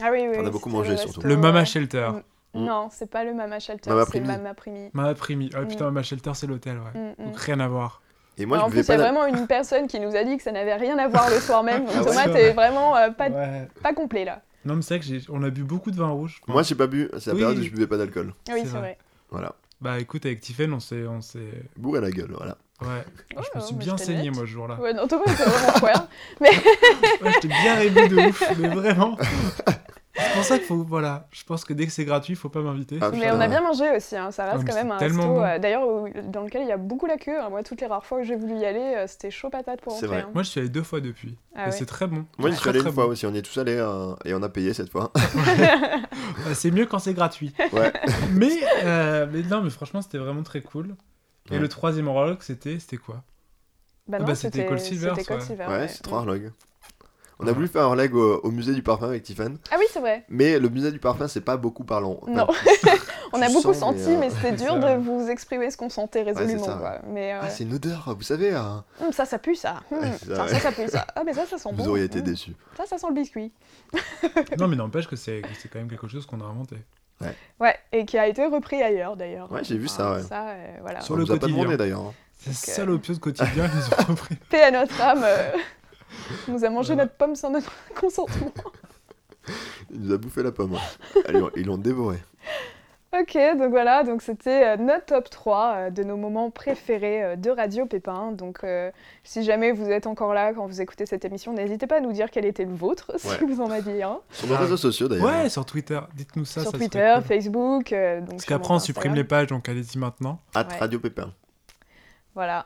D: Ah oui, oui.
E: On a
D: oui,
E: beaucoup
D: c'était
E: mangé,
D: le
E: surtout.
D: resto,
G: Le
D: ouais.
G: Mama Shelter.
E: Mm.
D: Non, c'est pas le Mama Shelter,
E: Mama
D: c'est
E: Primi.
D: Mama Primi.
G: Mama Primi. Ah
D: Mm.
G: putain, Mama Shelter, c'est l'hôtel, ouais.
D: Mm, mm.
G: Donc rien à voir.
E: Et moi,
D: Alors, Ah, en
E: je buvais
D: plus, il y
E: pas
D: a
E: la-
D: vraiment une personne qui nous a dit que ça n'avait rien à voir le soir
G: (laughs)
D: même. Donc,
E: Ah ouais
D: Thomas,
E: Ouais.
D: t'es vraiment euh, pas,
G: Ouais.
D: pas complet là.
G: Non, mais c'est vrai que j'ai- on a bu beaucoup de vin rouge. je pense.
E: Moi j'ai pas bu, c'est la
G: Oui.
E: période où je buvais pas d'alcool.
D: Ah oui, c'est vrai.
E: Voilà.
G: Bah écoute, avec Tiffen, on s'est. on s'est-
E: Bourré la gueule, voilà.
G: Ouais. je me suis
D: ouais,
G: bien
D: j'étais
G: saigné,
D: honnête.
G: moi, ce jour-là.
D: Ouais, non, Thomas, c'est vraiment quoi. Mais.
G: Ouais, j'étais bien rébu de ouf,
D: (laughs)
G: mais vraiment. C'est pour ça qu'il faut. Voilà, je pense que dès que c'est gratuit, faut pas m'inviter.
E: Ah,
D: Mais on a bien mangé aussi, hein, ça
G: Ah,
D: reste
G: mais
D: quand même un
G: c'était
D: resto
G: tellement bon.
D: euh, d'ailleurs où- dans lequel il y a beaucoup la queue. hein. Moi, toutes les rares fois que j'ai voulu y aller, euh, c'était chaud patate pour
E: C'est
D: entrer.
E: vrai.
D: hein.
G: Moi, je suis allé deux fois depuis.
D: Ah
G: et
D: ouais.
G: c'est très bon.
E: Moi je
G: Très,
E: suis allé
G: très
E: une fois
G: bon.
E: aussi, on y est tous allés euh, et on a payé
D: (laughs)
E: cette fois.
G: Bah, c'est mieux quand c'est gratuit.
E: Ouais.
G: mais, euh, mais non, mais franchement, c'était vraiment très cool. Et
E: Ouais.
G: le troisième horloge, c'était c'était quoi
D: Bah
G: Ah
D: non,
G: c'était Cold Silver.
D: c'était Cold Silver,
E: ouais,
D: ouais.
E: c'est trop Harlog. On a voulu faire un leg au, au musée du parfum avec Tiffany,
D: Ah oui, c'est vrai.
E: mais le musée du parfum c'est pas beaucoup parlant. Enfin,
D: Non. On a
E: Tu
D: beaucoup
E: sens, mais,
D: senti,
E: euh,
D: mais
E: (laughs)
D: c'était dur de vous exprimer ce qu'on sentait
E: ouais, c'est
D: résolument.
E: ça.
D: quoi. Mais euh,
E: Ah, c'est une odeur, vous savez. hein.
D: hum, ça, ça pue ça. Hum,
E: Ouais, c'est ça,
D: ça,
E: ouais.
D: ça, ça pue ça. Ah, mais ça, ça sent
E: Vous
D: bon.
E: auriez été
D: Hum.
E: déçus.
D: Ça, ça sent le biscuit.
G: Non, mais n'empêche que c'est que c'est quand même quelque chose qu'on a inventé.
D: Ouais, et qui a été repris ailleurs d'ailleurs.
E: Ouais, j'ai vu ça, ouais.
D: Ça, euh, voilà.
E: Sur le vous Ah, a pas demandé d'ailleurs. hein.
G: C'est salopio de quotidien qu'ils ont (laughs) repris.
D: Paix à notre âme. euh, (laughs) nous a mangé notre pomme sans notre (laughs) consentement. (laughs)
E: Il nous a bouffé la pomme. hein. Allez, on- ils l'ont dévoré.
D: Ok, donc voilà, donc c'était euh, notre top 3 euh, de nos moments préférés euh, de Radio Pépin. Donc euh, si jamais vous êtes encore là quand vous écoutez cette émission, n'hésitez pas à nous dire quel était le vôtre, (laughs) si
G: Ouais.
D: vous en aviez un.
E: Sur nos réseaux sociaux d'ailleurs.
G: Ah.
E: hein,
G: Ouais, sur Twitter. Dites-nous ça.
D: Sur
G: ça serait
D: Twitter,
G: cool.
D: Facebook. euh, donc
G: Parce
D: sûrement
G: qu'après, on
D: Instagram.
G: supprime les pages, donc allez-y maintenant.
D: At Ouais. Radio (laughs)
E: Pépin.
D: Voilà.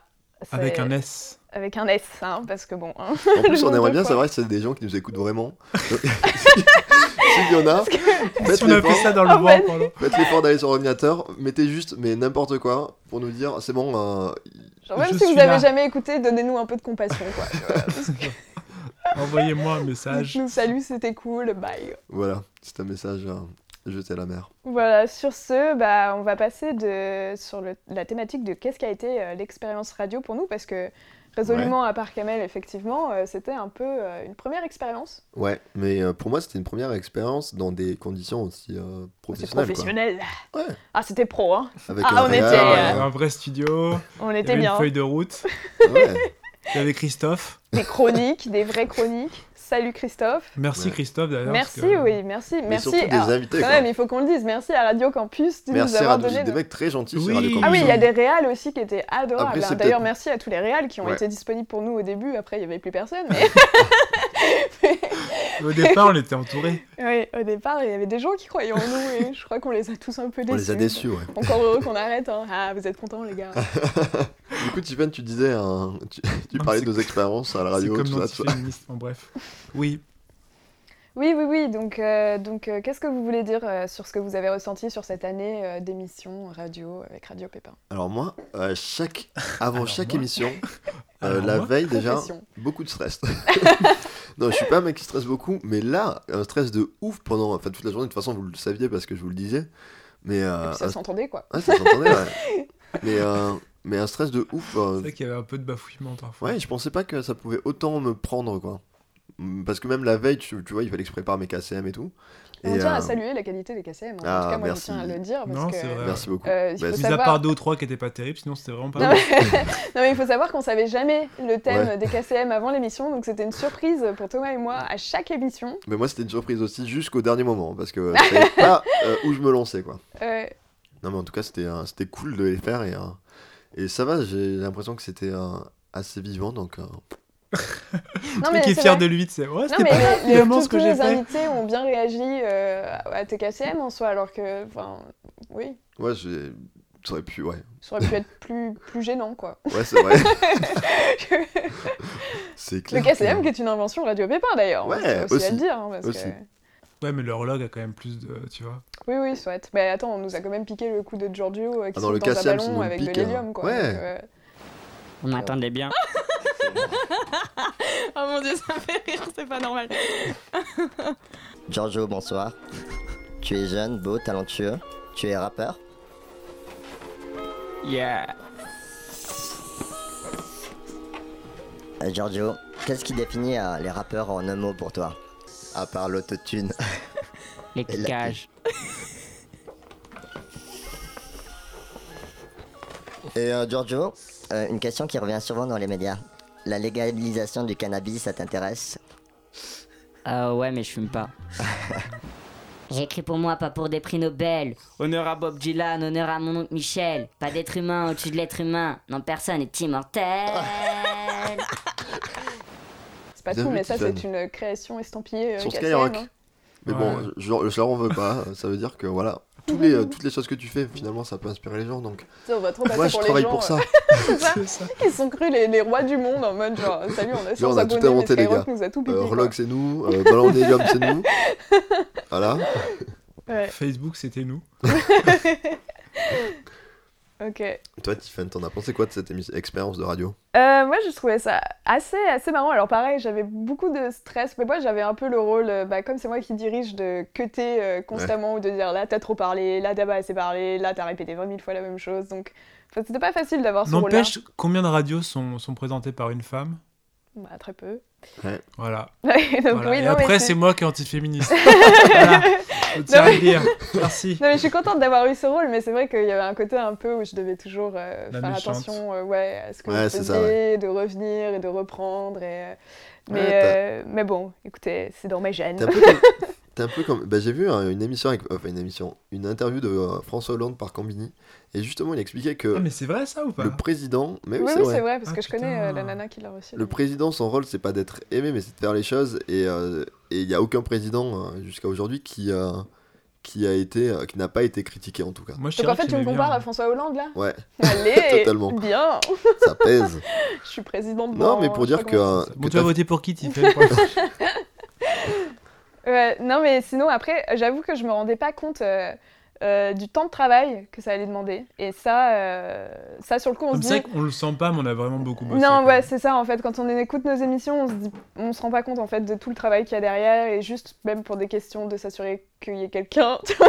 G: Avec
D: C'est-
G: un S.
D: Avec un S, hein, parce que bon. hein, (laughs)
E: En
D: le
E: plus, on
D: nombre
E: aimerait
D: de
E: bien
D: fois.
E: savoir si c'est des gens qui nous écoutent vraiment. Donc, (laughs) S'il y en a, faites
G: Si on a
E: l'effort-
G: fait ça dans le En vent, fait- pardon.
E: faites l'effort d'aller sur l'ordinateur, mettez juste mais n'importe quoi pour nous dire c'est bon. euh,
D: Genre, même
E: je
D: si vous
E: suis là.
D: avez jamais écouté, donnez-nous un peu de compassion,
G: (laughs)
D: quoi. tu vois, parce que-
G: Envoyez-moi un message.
D: Nous salut, c'était cool, bye.
E: Voilà, c'est un message euh, jeté à la mer.
D: Voilà, sur ce, bah, on va passer de, sur le- la thématique de qu'est-ce qu'a été euh, l'expérience radio pour nous, parce que résolument, à part Kamel, effectivement, euh, c'était un peu euh, une première expérience.
E: Ouais, mais euh, pour moi, c'était une première expérience dans des conditions aussi euh, professionnelles. quoi.
D: Professionnelle. Ah, c'était pro, hein.
E: Avec
D: ah,
E: un
D: on était,
E: réel,
D: euh,
G: Un vrai studio.
D: On
G: il y
D: était
G: avait
D: bien.
G: Une feuille de route.
D: euh,
G: Il y avait Christophe.
D: des chroniques, des vraies chroniques. Salut Christophe.
G: Merci Christophe d'ailleurs. parce
D: Merci,
G: que- euh,
D: oui, merci. (laughs) merci.
G: surtout des
D: Alors,
G: invités,
D: Quand
G: quoi.
D: même, il faut qu'on le dise. Merci à Radio Campus de
E: Merci
D: nous
E: à
D: avoir
E: Radio-
D: donné.
E: des
D: de-
E: mecs très gentils sur
G: Oui.
E: Radio
D: Ah oui,
E: Campus.
D: il y a des réals aussi qui étaient adorables.
E: Après,
D: hein.
E: c'est
D: D'ailleurs,
E: peut-être-
D: merci à tous les réals qui ont
E: Ouais.
D: été disponibles pour nous au début. Après, il n'y avait plus personne. mais-
G: Au départ, on était entourés.
D: Oui, au départ, il y avait des gens qui croyaient en nous et je crois qu'on les a tous un peu
E: On
D: déçus.
E: les a déçus, ouais.
D: Encore heureux qu'on arrête. hein. Ah, vous êtes contents, les
E: (laughs)
D: gars.
E: du coup, Tiffany, tu disais, hein, (laughs) tu, tu parlais de nos expériences à la (laughs)
G: C'est
E: radio,
G: comme
E: tout ça, tout ça.
G: l'antiféministe. (laughs) Bon, bref. Oui.
D: Oui, oui, oui. Donc, euh, donc euh, qu'est-ce que vous voulez dire euh, sur ce que vous avez ressenti sur cette année euh, d'émission radio avec Radio Pépin
E: Alors moi, euh, chaque, avant chaque (laughs) émission, euh,
G: Alors
E: la
G: moi
E: veille déjà,
D: Confession.
E: beaucoup de stress. (laughs) non, je suis pas un mec qui stresse beaucoup, mais là, un stress de ouf pendant enfin, toute la journée. De toute façon, vous le saviez parce que je vous le disais. Mais, euh,
D: puis ça
E: un-
D: s'entendait, quoi.
E: Ouais, ça
D: (laughs)
E: s'entendait, ouais. mais, euh, mais un stress de ouf. euh,
G: C'est vrai qu'il y avait un peu de bafouillement parfois.
E: Ouais, je pensais pas que ça pouvait autant me prendre, quoi. Mm, Parce que même la veille, tu, tu vois, il fallait que je prépare mes KCM et tout.
D: On
E: Et,
D: tient à
E: euh,
D: saluer la qualité des KCM. hein.
E: ah,
D: en tout cas, moi,
E: merci. Bah,
D: je tiens à le dire. Parce
G: Non,
D: que,
G: c'est vrai.
E: Merci beaucoup.
D: euh, il faut
G: Mis à
D: savoir-
G: part deux ou trois qui étaient pas terribles, sinon c'était vraiment pas
D: Non
G: mal.
D: mais... (laughs) non, mais il faut savoir qu'on savait jamais le thème
E: Ouais.
D: des KCM avant l'émission, donc c'était une surprise pour Thomas et moi à chaque émission.
E: Mais moi, c'était une surprise aussi jusqu'au dernier moment, parce que je savais pas euh, où je me lançais, quoi.
D: Euh,
E: Non, mais en tout cas, c'était euh, c'était cool de les faire et, euh, et ça va, j'ai l'impression que c'était euh, assez vivant, donc. euh,
D: Non,
G: Le
D: mais
G: mec qui est
D: c'est
G: fier
D: vrai.
G: de lui, c'est ouais,
D: Non,
G: Ah, c'était
D: mais
G: pas
D: les-
G: mal
D: les-
G: finalement
D: tous-
G: ce que
D: tous
G: j'ai
D: les
G: fait.
D: invités ont bien réagi euh, à tes KCM en soi, alors que, enfin, oui,
E: Ouais, j'ai. Ça aurait pu, ouais.
D: ça aurait pu être plus, plus gênant, quoi. (laughs)
E: Ouais, c'est vrai. (laughs) C'est
D: Le
E: clair.
D: KCM qui est une invention Radio Pépin, d'ailleurs,
E: Ouais,
D: c'est aussi, à
E: aussi.
D: le dire, hein, parce
E: Aussi.
D: que...
G: Ouais, mais l'horloge a quand même plus de. Tu vois.
D: Oui, oui, soit. Mais attends, on nous a quand même piqué le coup de Giorgio euh, qui
G: Ah,
D: sont
G: dans
D: dans
G: le
D: un
G: KCM,
D: ballon
G: sinon on
D: avec
G: pique,
D: de
G: hein.
D: l'hélium, quoi.
G: Ouais.
D: donc, euh,
T: On attendait bien.
R: Oh mon dieu, ça me fait rire, c'est pas normal.
U: Giorgio, bonsoir. Tu es jeune, beau, talentueux. Tu es rappeur.
T: Yeah.
U: Euh, Giorgio, qu'est-ce qui définit euh, les rappeurs en un mot pour toi À part l'autotune.
T: Les
U: Et la-
T: cliquages.
U: Et euh, Giorgio, euh, une question qui revient souvent dans les médias. La légalisation du cannabis, ça t'intéresse
T: Ah ouais, mais je fume pas. (laughs) J'écris pour moi, pas pour des prix Nobel. Honneur à Bob Dylan, honneur à mon oncle Michel. Pas d'être humain au-dessus de l'être humain. Non, personne est immortel.
D: c'est pas
E: Bien
D: tout,
E: vu,
D: mais ça,
E: Tiffany.
D: c'est une création estampillée euh,
E: Sur
D: KCM,
E: Skyrock.
D: hein.
E: Mais bon, je, je leur en veux
D: (laughs)
E: pas. Ça veut dire que voilà, tous les, euh, toutes les choses que tu fais, finalement, ça peut inspirer les gens. Donc,
D: Ça, on va trop passer
E: moi, je
D: Bah, pour les
E: travaille
D: gens,
E: pour ça.
D: euh, c'est
G: (laughs)
D: ça. Ils se sont crus les, les rois du monde en mode genre, salut, on a
E: Là,
D: 100
E: on a
D: abonnés,
E: tout inventé,
D: mais
E: les
D: Skyrock
E: gars.
D: nous a tout piqué.
E: Euh,
D: quoi.
E: Relog, c'est nous. euh, Ballon d'hélium, c'est
D: (laughs)
E: nous. Voilà.
D: Ouais.
G: Facebook, c'était nous.
D: Ok.
E: Toi, Tiffany, t'en as pensé quoi de cette émi- expérience de radio
D: Euh, moi, je trouvais ça assez, assez marrant. Alors, pareil, j'avais beaucoup de stress, mais moi, j'avais un peu le rôle, euh, bah, comme c'est moi qui dirige, de cuter euh, constamment ou de dire là, t'as trop parlé, là, t'as pas assez parlé, là, t'as répété 20 000 fois la même chose. Donc, enfin, c'était pas facile d'avoir ce rôle-là.
G: N'empêche, combien de radios sont, sont présentées par une femme
D: Bah, très peu. (laughs)
G: Voilà.
D: Ouais, donc
G: Voilà.
D: oui,
G: Et
D: non, mais
G: après,
D: c'est-
G: c'est moi qui
D: (laughs)
G: est antiféministe. voilà. Je tiens
D: Non,
G: à
D: mais-
G: le dire. Merci.
D: Non, mais je suis contente d'avoir eu ce rôle, mais c'est vrai qu'il y avait un côté un peu où je devais toujours euh,
G: La
D: faire
G: méchante.
D: attention euh, ouais, à ce que
E: Ouais,
D: je
E: c'est
D: faisais,
E: ça,
D: de revenir et de reprendre. Et, euh, mais,
E: Ouais, t'as-
D: euh, mais bon, écoutez, c'est dans mes gènes. (laughs)
E: T'es un peu, quel- T'es un peu comme. Bah, j'ai vu hein, une émission, avec... enfin une émission, une interview de euh, François Hollande par Combini, et justement il expliquait que.
G: Ah, mais c'est vrai ça ou pas
E: Le président. Mais oui,
D: oui,
E: c'est
D: oui,
E: vrai.
D: c'est vrai,
G: Ah,
D: parce que je connais euh, la nana qui l'a reçu.
E: Le président, son rôle, c'est pas d'être aimé, mais c'est de faire les choses. Et euh, et il n'y a aucun président euh, jusqu'à aujourd'hui qui, euh, qui a été, euh, qui n'a pas été critiqué en
D: (laughs)
E: tout cas.
G: Moi,
D: Donc en fait, tu me compares à François Hollande là
E: Ouais.
D: (laughs) Allez
E: (laughs) Totalement.
D: Bien
E: Ça pèse.
D: Je suis présidente
E: Non,
D: dans-
E: mais pour
D: je sais
E: dire
D: pas
E: que.
D: comment-
E: euh, que
G: Bon, tu vas
E: t'as-
G: voter pour qui, Tiffany pour-
E: euh,
D: Ouais, non, mais sinon, après, j'avoue que je me rendais pas compte euh, euh, du temps de travail que ça allait demander. Et ça, euh, ça sur le coup, on
G: Comme
D: se
G: ça,
D: dit.
G: on le sent pas, mais on a vraiment beaucoup bossé.
D: Non, ouais, c'est ça en fait. Quand on écoute nos émissions, on se, dit- on se rend pas compte en fait de tout le travail qu'il y a derrière et juste même pour des questions de s'assurer qu'il y ait quelqu'un (laughs) tu vois,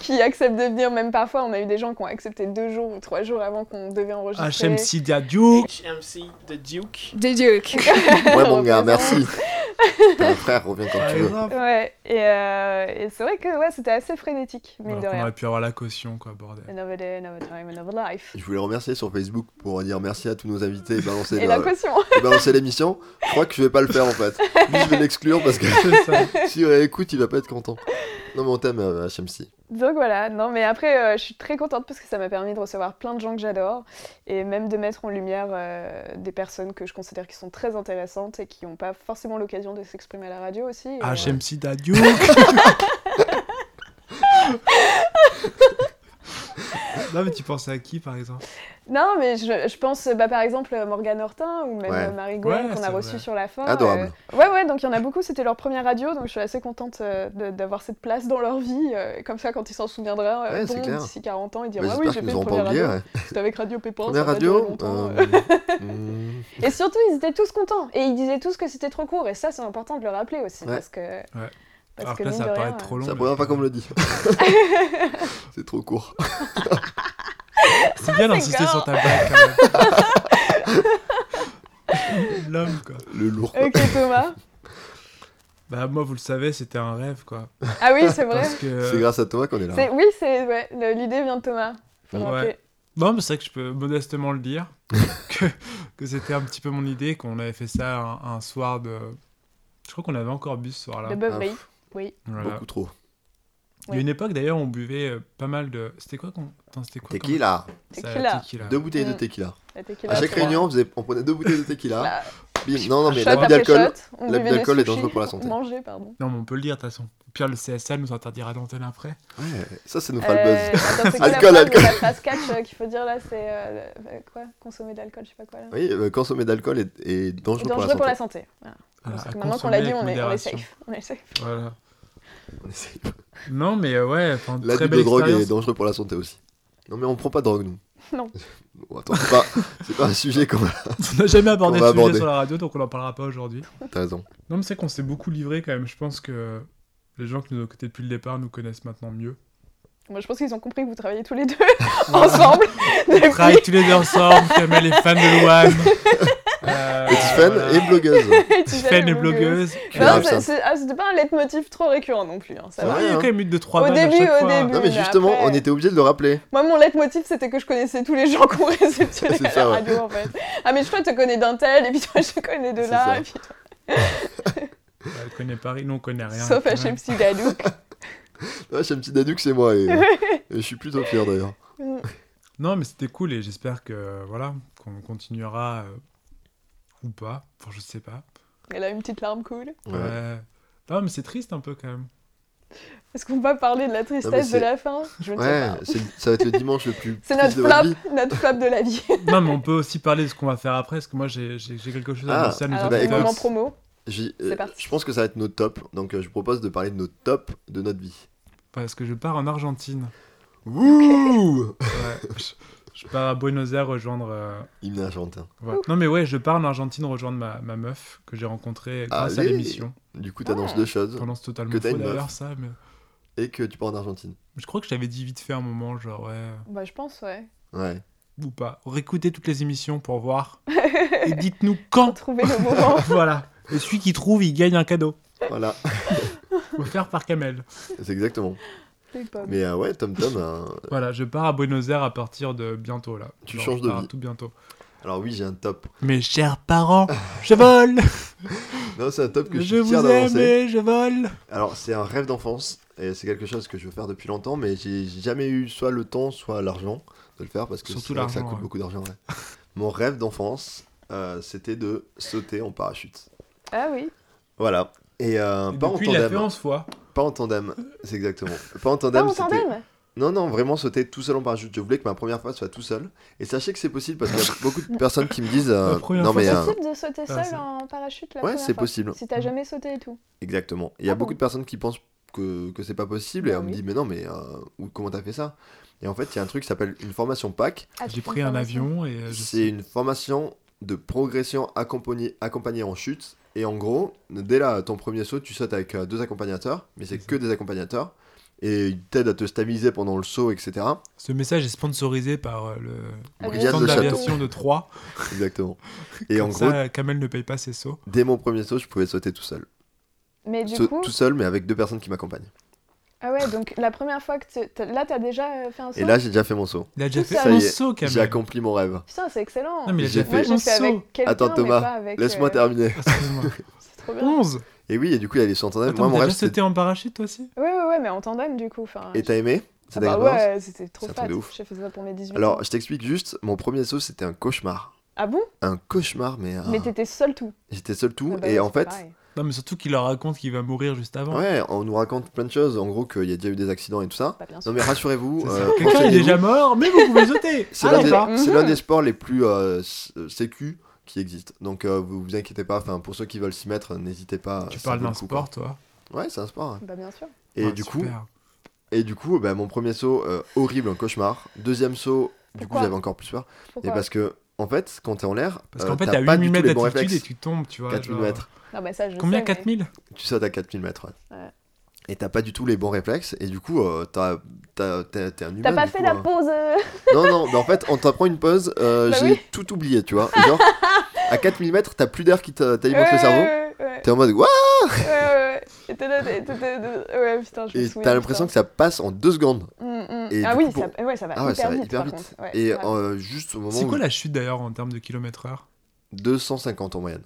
D: qui accepte de venir. Même parfois, on a eu des gens qui ont accepté deux jours ou trois jours avant qu'on devait enregistrer.
G: HMC Diaduke.
P: HMC The Duke.
D: Des Duke.
E: Ouais, mon gars, merci. T'as un frère, reviens quand tu veux.
D: (laughs) Ouais, et, euh, et c'est vrai que ouais, c'était assez frénétique, mine
G: Alors
D: de
G: qu'on
D: rien.
G: aurait pu avoir la caution, quoi, bordel.
D: Another day, another time, another life.
E: Je voulais remercier sur Facebook pour dire merci à tous nos invités et balancer,
D: Et
E: la-
D: la caution.
E: et balancer ben, l'émission. Je crois que je vais pas le faire en fait. Lui, je vais l'exclure
G: (laughs)
E: parce que (laughs) si écoute, il va pas être content. Non, mais on t'aime, euh, HMC.
D: Donc voilà, non mais après euh, je suis très contente parce que ça m'a permis de recevoir plein de gens que j'adore et même de mettre en lumière euh, des personnes que je considère qui sont très intéressantes et qui n'ont pas forcément l'occasion de s'exprimer à la radio aussi.
E: Ah,
D: et, euh,
G: HMC
D: (laughs)
G: Diaduke. non, mais tu pensais à qui, par exemple
D: Non mais je, je pense bah, par exemple euh, Morgane Hortin ou même
G: Ouais.
D: euh, Marie Gouin
G: Ouais,
D: qu'on
G: c'est
D: a reçue
G: vrai.
D: sur la fin.
E: Adorable.
D: euh, Ouais ouais donc il y en a beaucoup, c'était leur première radio donc je suis assez contente euh, de- d'avoir cette place dans leur vie. euh, comme ça quand ils s'en souviendront euh,
E: Ouais, c'est
D: bon,
E: clair.
D: d'ici 40 ans ils diront
E: Mais
D: ah oui
E: j'espère
D: j'ai
E: qu'ils
D: fait
E: nous
D: une
E: auront pas
D: première
E: oublié,
D: radio.
E: ouais.
D: C'était avec Radio Pépin.
E: Première
D: ça a pas duré
E: radio
D: longtemps,
E: euh, (laughs)
D: euh.
E: hmm.
D: Et surtout, ils étaient tous contents. Et ils disaient tous que c'était trop court. Et ça, c'est important de le rappeler aussi.
E: Ouais.
D: Parce que.
G: Ouais.
D: Parce
G: Alors
D: que
G: que là,
D: mine
G: ça
D: de
G: paraît
D: rien, euh,
G: trop long.
E: C'est la
G: mais-
E: première fois qu'on me le dit.
D: (laughs)
E: C'est trop court.
G: C'est bien d'insister
D: gore.
G: sur ta blague, quand même. (laughs) L'homme, quoi.
E: Le lourd.
D: euh, Ok, Thomas.
G: Bah, moi, vous le savez, c'était un rêve, quoi.
D: Ah oui, c'est vrai.
G: (laughs) Parce que-
E: C'est grâce à Thomas qu'on est là.
D: C'est- Oui, c'est. ouais, le- L'idée vient de Thomas. Faut le
G: Ouais.
D: rappeler.
G: Non, mais c'est vrai que je peux modestement le dire, (laughs) que, que c'était un petit peu mon idée, qu'on avait fait ça un, un soir de... Je crois qu'on avait encore bu ce soir-là.
D: Le
E: Ah,
D: bubbly. Oui.
G: Voilà.
E: Beaucoup trop.
G: Il y a une époque, d'ailleurs, on buvait euh, pas mal de... C'était quoi qu'on... Attends, c'était quoi
E: Tequila.
G: comme- Ça,
D: Tequila.
E: Deux bouteilles de
D: Mm.
E: tequila.
D: La tequila
E: À chaque
D: trois.
E: réunion, on, faisait- on prenait deux bouteilles de
D: Bah,
E: tequila. Bim. Non, non, mais
D: Shot
E: l'abus
D: après
E: d'alcool,
D: shot, on
E: l'abus
D: buvait des
E: d'alcool est
D: sushis.
E: dangereux pour la santé.
D: Manger, pardon.
G: Non, mais on peut le dire, de toute façon. Au pire, le CSA nous interdira d'antenne après.
E: Ouais, ça, ça nous fera
D: Euh, attends,
E: le
D: c'est
E: buzz.
D: quoi la
E: alcool,
D: phrase-
E: alcool.
D: La phrase catch euh, qu'il faut dire là, c'est. euh, le- euh, quoi Consommer d'alcool, je sais pas quoi là.
E: Oui, euh, consommer d'alcool est, est dangereux,
D: Dangereux pour la santé. Voilà.
G: Voilà,
D: Parce que
G: à
D: Ah, maintenant qu'on l'a dit,
G: Ah, consommer
D: on
G: avec
D: est, on est
G: modération.
D: safe. On est safe.
G: Voilà.
E: (laughs)
G: Non, mais euh, ouais, enfin, très
E: L'abus
G: belle
E: de drogue est
G: expérience.
E: dangereux pour la santé aussi. Non, mais on prend pas de drogue, nous.
D: (laughs) Non.
E: Bon, attends, c'est pas, c'est pas un sujet qu'on va.
G: On n'a jamais abordé
E: qu'on va
G: ce sujet
E: aborder.
G: sur la radio, donc on n'en parlera pas aujourd'hui.
E: T'as raison.
G: Non, mais c'est qu'on s'est beaucoup livré quand même. Je pense que les gens qui nous ont écoutés depuis le départ nous connaissent maintenant mieux.
D: Moi, je pense qu'ils ont compris que vous travaillez tous les deux (laughs)
G: (laughs)
D: ensemble.
G: On
D: depuis-
G: travaille tous les deux ensemble, Kamel est fan de Luan.
E: (laughs)
G: Euh,
E: Et Tiffen
G: voilà.
E: est blogueuse.
G: Tiffen est blogueuse.
D: Non,
E: Grave,
D: c'est-
E: ça.
D: c'est ah, c'était pas un leitmotiv trop récurrent non plus. hein, ça
E: C'est
D: va.
E: vrai, Il y a hein. quand
G: même eu deux, trois
D: Au
G: vannes à
D: début,
G: chaque
D: au
G: fois.
D: début.
E: Non, mais justement,
D: après-
E: on était obligé de le rappeler.
D: Moi, mon leitmotiv, c'était que je connaissais tous les gens qu'on réceptionnait
E: (laughs) C'est
D: à
E: ça,
D: la
E: ouais.
D: radio, en fait. Ah, mais toi, tu connais d'un tel, et puis toi, je connais de là,
G: ça.
D: et puis toi-
G: Ouais, Elle connaît Paris, nous on connaît rien.
D: sauf
G: Ouais.
D: HMC Dadouk.
E: Ouais, Ah, j'ai un petit Danuc,
D: (laughs)
E: c'est moi. Et, et je suis plutôt fier d'ailleurs.
D: Mm.
G: Non, mais c'était cool et j'espère que voilà, qu'on continuera euh, ou pas. Enfin, je sais pas.
D: Elle a une petite larme cool.
G: Ouais. Non, mais c'est triste un peu quand même.
D: Est-ce qu'on va parler de la
E: mais
D: tristesse de
E: c'est-
D: la fin Je ne sais
E: Ouais,
D: pas.
E: c'est- ça va être le dimanche le plus.
D: (laughs) C'est
E: triste
D: notre
E: de votre vie.
D: flop, notre flop de la
G: (laughs)
D: vie.
G: Non, mais on peut aussi parler de ce qu'on va faire après, parce que moi j'ai j'ai- j'ai quelque chose à
E: Ah,
G: annoncer à nos
D: Alors,
E: bah,
D: c'est
E: écoute.
D: moment promo.
E: J'ai-
D: C'est
E: euh,
D: parti.
E: je pense que ça va être nos tops, donc euh, je vous propose de parler de nos tops de notre vie.
G: Parce que je pars en Argentine.
E: Wouh
G: Ouais, (laughs) je, je pars à Buenos Aires rejoindre. euh,
E: (laughs) Hymne argentin.
G: ouais. Non, mais ouais, je pars en Argentine rejoindre ma, ma meuf que j'ai rencontrée grâce à
E: Allez
G: l'émission.
E: Du coup, t'annonces
D: Ah.
E: deux choses.
G: T'annonces totalement
E: que t'as
G: faux
E: une meuf
G: d'ailleurs, ça, mais
E: Et que tu pars en Argentine.
G: je crois que je t'avais dit vite fait un moment, genre ouais, euh,
D: Bah, je pense, ouais.
E: Ouais.
G: ou pas. Réécoutez toutes les émissions pour voir. Et dites-nous quand.
D: Trouver le
E: (laughs)
D: moment.
G: (laughs) voilà. Et celui qui trouve, il gagne un cadeau.
E: Voilà,
G: Offert par Kamel.
D: (laughs)
E: c'est exactement.
D: Les pommes.
E: Mais euh, ouais, Tom Tom. euh,
G: Voilà, je pars à Buenos Aires à partir de bientôt là.
E: Tu
G: Genre,
E: changes
G: je
E: de
G: pars
E: vie.
G: Tout bientôt.
E: Alors oui, j'ai un top.
G: Mes chers parents, je vole
E: Non, c'est un top Ah. que je,
G: Je
E: suis fier
G: vous aime
E: d'avancer.
G: et je vole.
E: Alors, c'est un rêve d'enfance, et c'est quelque chose que je veux faire depuis longtemps, mais j'ai j'ai jamais eu soit le temps, soit l'argent de le faire, parce que
G: Surtout
E: c'est vrai que ça
G: l'argent,
E: coûte
G: ouais.
E: beaucoup d'argent. ouais. Mon rêve d'enfance, euh, c'était de sauter en parachute.
D: Ah oui.
E: Voilà. Et, euh,
G: Et
E: pas
G: depuis,
E: en
G: il l'a
E: tandem.
G: fait onze
D: Ah,
G: fois.
E: Pas en tandem, c'est exactement. Pas en tandem.
D: Pas en
E: c'était-
D: tandem
E: Non, non, vraiment sauter tout seul en parachute. Je voulais que ma première fois soit tout seul. Et sachez que c'est possible parce qu'il y a beaucoup de personnes qui me disent. euh,
G: La première
E: non,
G: fois,
E: mais.
G: Bah, c'est
E: euh,
D: possible de sauter seul
E: Ah, c'est-
D: en parachute la
E: Ouais,
D: première
E: c'est
D: fois,
E: possible.
D: Si t'as jamais sauté et tout.
E: Exactement. Il y a
D: Ah
E: beaucoup de personnes qui pensent que, que c'est pas possible et on me dit mais non mais euh, ou- comment t'as fait ça Et en fait il y a un truc qui s'appelle une formation PAC.
G: Ah, J'ai pris un formation. avion et, euh, je
E: C'est une formation de progression accompagnée, accompagnée en chute et en gros dès là ton premier saut tu sautes avec euh, deux accompagnateurs mais c'est que des accompagnateurs et ils t'aident à te stabiliser pendant le saut etc.
G: Ce message est sponsorisé par euh, le
D: Ah
E: Brigade
G: le stand
E: de Château.
G: d'aviation de Troyes. (laughs)
E: Exactement.
G: Et
E: Et
G: Comme
E: en
G: ça,
E: gros
G: Kamel ne paye pas ses sauts.
E: dès mon premier saut je pouvais sauter tout seul.
D: Mais du
E: Sau-
D: coup-
E: Tout seul mais avec deux personnes qui m'accompagnent.
D: Ah ouais, donc la première fois que tu... t'as- là t'as déjà euh, fait un saut.
E: Et là, j'ai déjà fait mon saut.
G: Il a déjà
D: Tout
E: Ça
D: seul.
E: y
D: Un
E: est,
D: saut, quand
E: J'ai
G: même.
E: accompli mon rêve.
D: Putain, c'est excellent.
E: Non, mais il a déjà
D: Moi,
E: fait
D: j'ai
E: un
D: fait avec quelqu'un,
E: Attends,
D: mais
E: Thomas,
D: pas avec,
E: laisse-moi
D: euh,
E: terminer.
D: (laughs)
E: Mmh.
D: trop bien.
G: 11
E: Et oui, et du coup, il y a les sauts en tandem.
G: Attends,
E: Moi,
G: mais
E: mon
G: t'as
E: rêve,
G: déjà
E: c'était.
G: sauté en parachute, toi aussi
D: Ouais, ouais, ouais, mais en tandem du coup. Enfin,
E: Et t'as aimé
D: Ah
E: cette
D: bah
E: expérience
D: ouais, c'était trop
E: C'est un
D: fat.
E: truc de ouf.
D: J'ai fait ça pour mes 18 ans.
E: Alors, je t'explique juste, mon premier saut, c'était un cauchemar.
D: Ah bon
E: Un cauchemar, mais. un-
D: Mais t'étais seul tout.
E: J'étais seul tout,
D: Ah bah
E: Ah. et
D: ouais,
E: en
D: c'est
E: fait.
D: pareil.
G: Non, mais surtout qu'il leur raconte qu'il va mourir juste avant.
E: Ouais, on nous raconte plein de choses, en gros, qu'il y a déjà eu des accidents et tout
D: Ah
E: ça.
D: Bah,
E: non, mais rassurez-vous.
G: C'est ça.
E: euh,
G: Quelqu'un est
E: renseignez-vous.
G: déjà mort, mais vous pouvez sauter.
E: C'est
G: Ah,
E: l'un des,
G: d'accord.
E: c'est l'un
G: Mhm.
E: des sports les plus euh, s- euh, sécu qui existent. Donc, euh, vous vous inquiétez pas, enfin, pour ceux qui veulent s'y mettre, n'hésitez pas.
G: Tu
E: ça
G: parles
E: vaut le
G: d'un
E: coup,
G: sport,
E: Ah, quoi.
G: toi
E: Ouais, c'est un sport. hein.
D: Bah bien sûr.
E: Et
G: Ouais,
E: du coup,
G: super.
E: et du coup, bah, mon premier saut euh, horrible, un cauchemar. Deuxième saut, du coup,
G: Pourquoi
E: j'avais encore plus peur.
D: Pourquoi
E: et parce que, en fait, quand t'es en l'air,
G: Parce qu'en fait,
E: euh, t'as
G: t'as
E: pas
G: 8
E: du tout
G: mètres
E: les bons
G: d'altitude
E: réflexes.
G: et tu tombes, tu vois,
E: 4000
G: genre.
E: mètres.
D: Non, bah ça, je
G: Combien,
D: sais, mais-
G: 4000
E: Tu sautes à 4000 mètres. ouais.
D: Ouais.
E: Et t'as pas du tout les bons réflexes. Et du coup, euh, t'as- t'as- t'es t'es un humain.
D: T'as pas
E: du
D: fait
E: coup,
D: la
E: hein.
D: pause euh,
E: Non, non, mais en fait, on t'apprend une pause. euh,
D: Bah
E: J'ai
D: oui.
E: tout oublié, tu vois. Genre, à 4000 mètres, t'as plus d'air qui t'a- t'alimente
D: Ouais,
E: le cerveau.
D: ouais, ouais.
E: T'es en mode, waouh
D: Ouais, ouais, ouais. Et t'es là, t'es- t'es- t'es- t'es- Ouais, putain, je me
E: Et
D: souviens,
E: t'as l'impression que ça passe en deux secondes.
D: Mm, mm.
E: Et
D: Ah
E: du
D: oui,
E: coup, pour-
D: ça- ouais, ça va
E: Ah ouais,
D: hyper vite,
E: hyper
D: par
E: vite.
D: contre. Ouais,
E: Et
D: grave.
E: euh, juste au moment
G: C'est quoi
E: où-
G: la chute d'ailleurs en termes de kilomètres-heure
E: 250 en moyenne.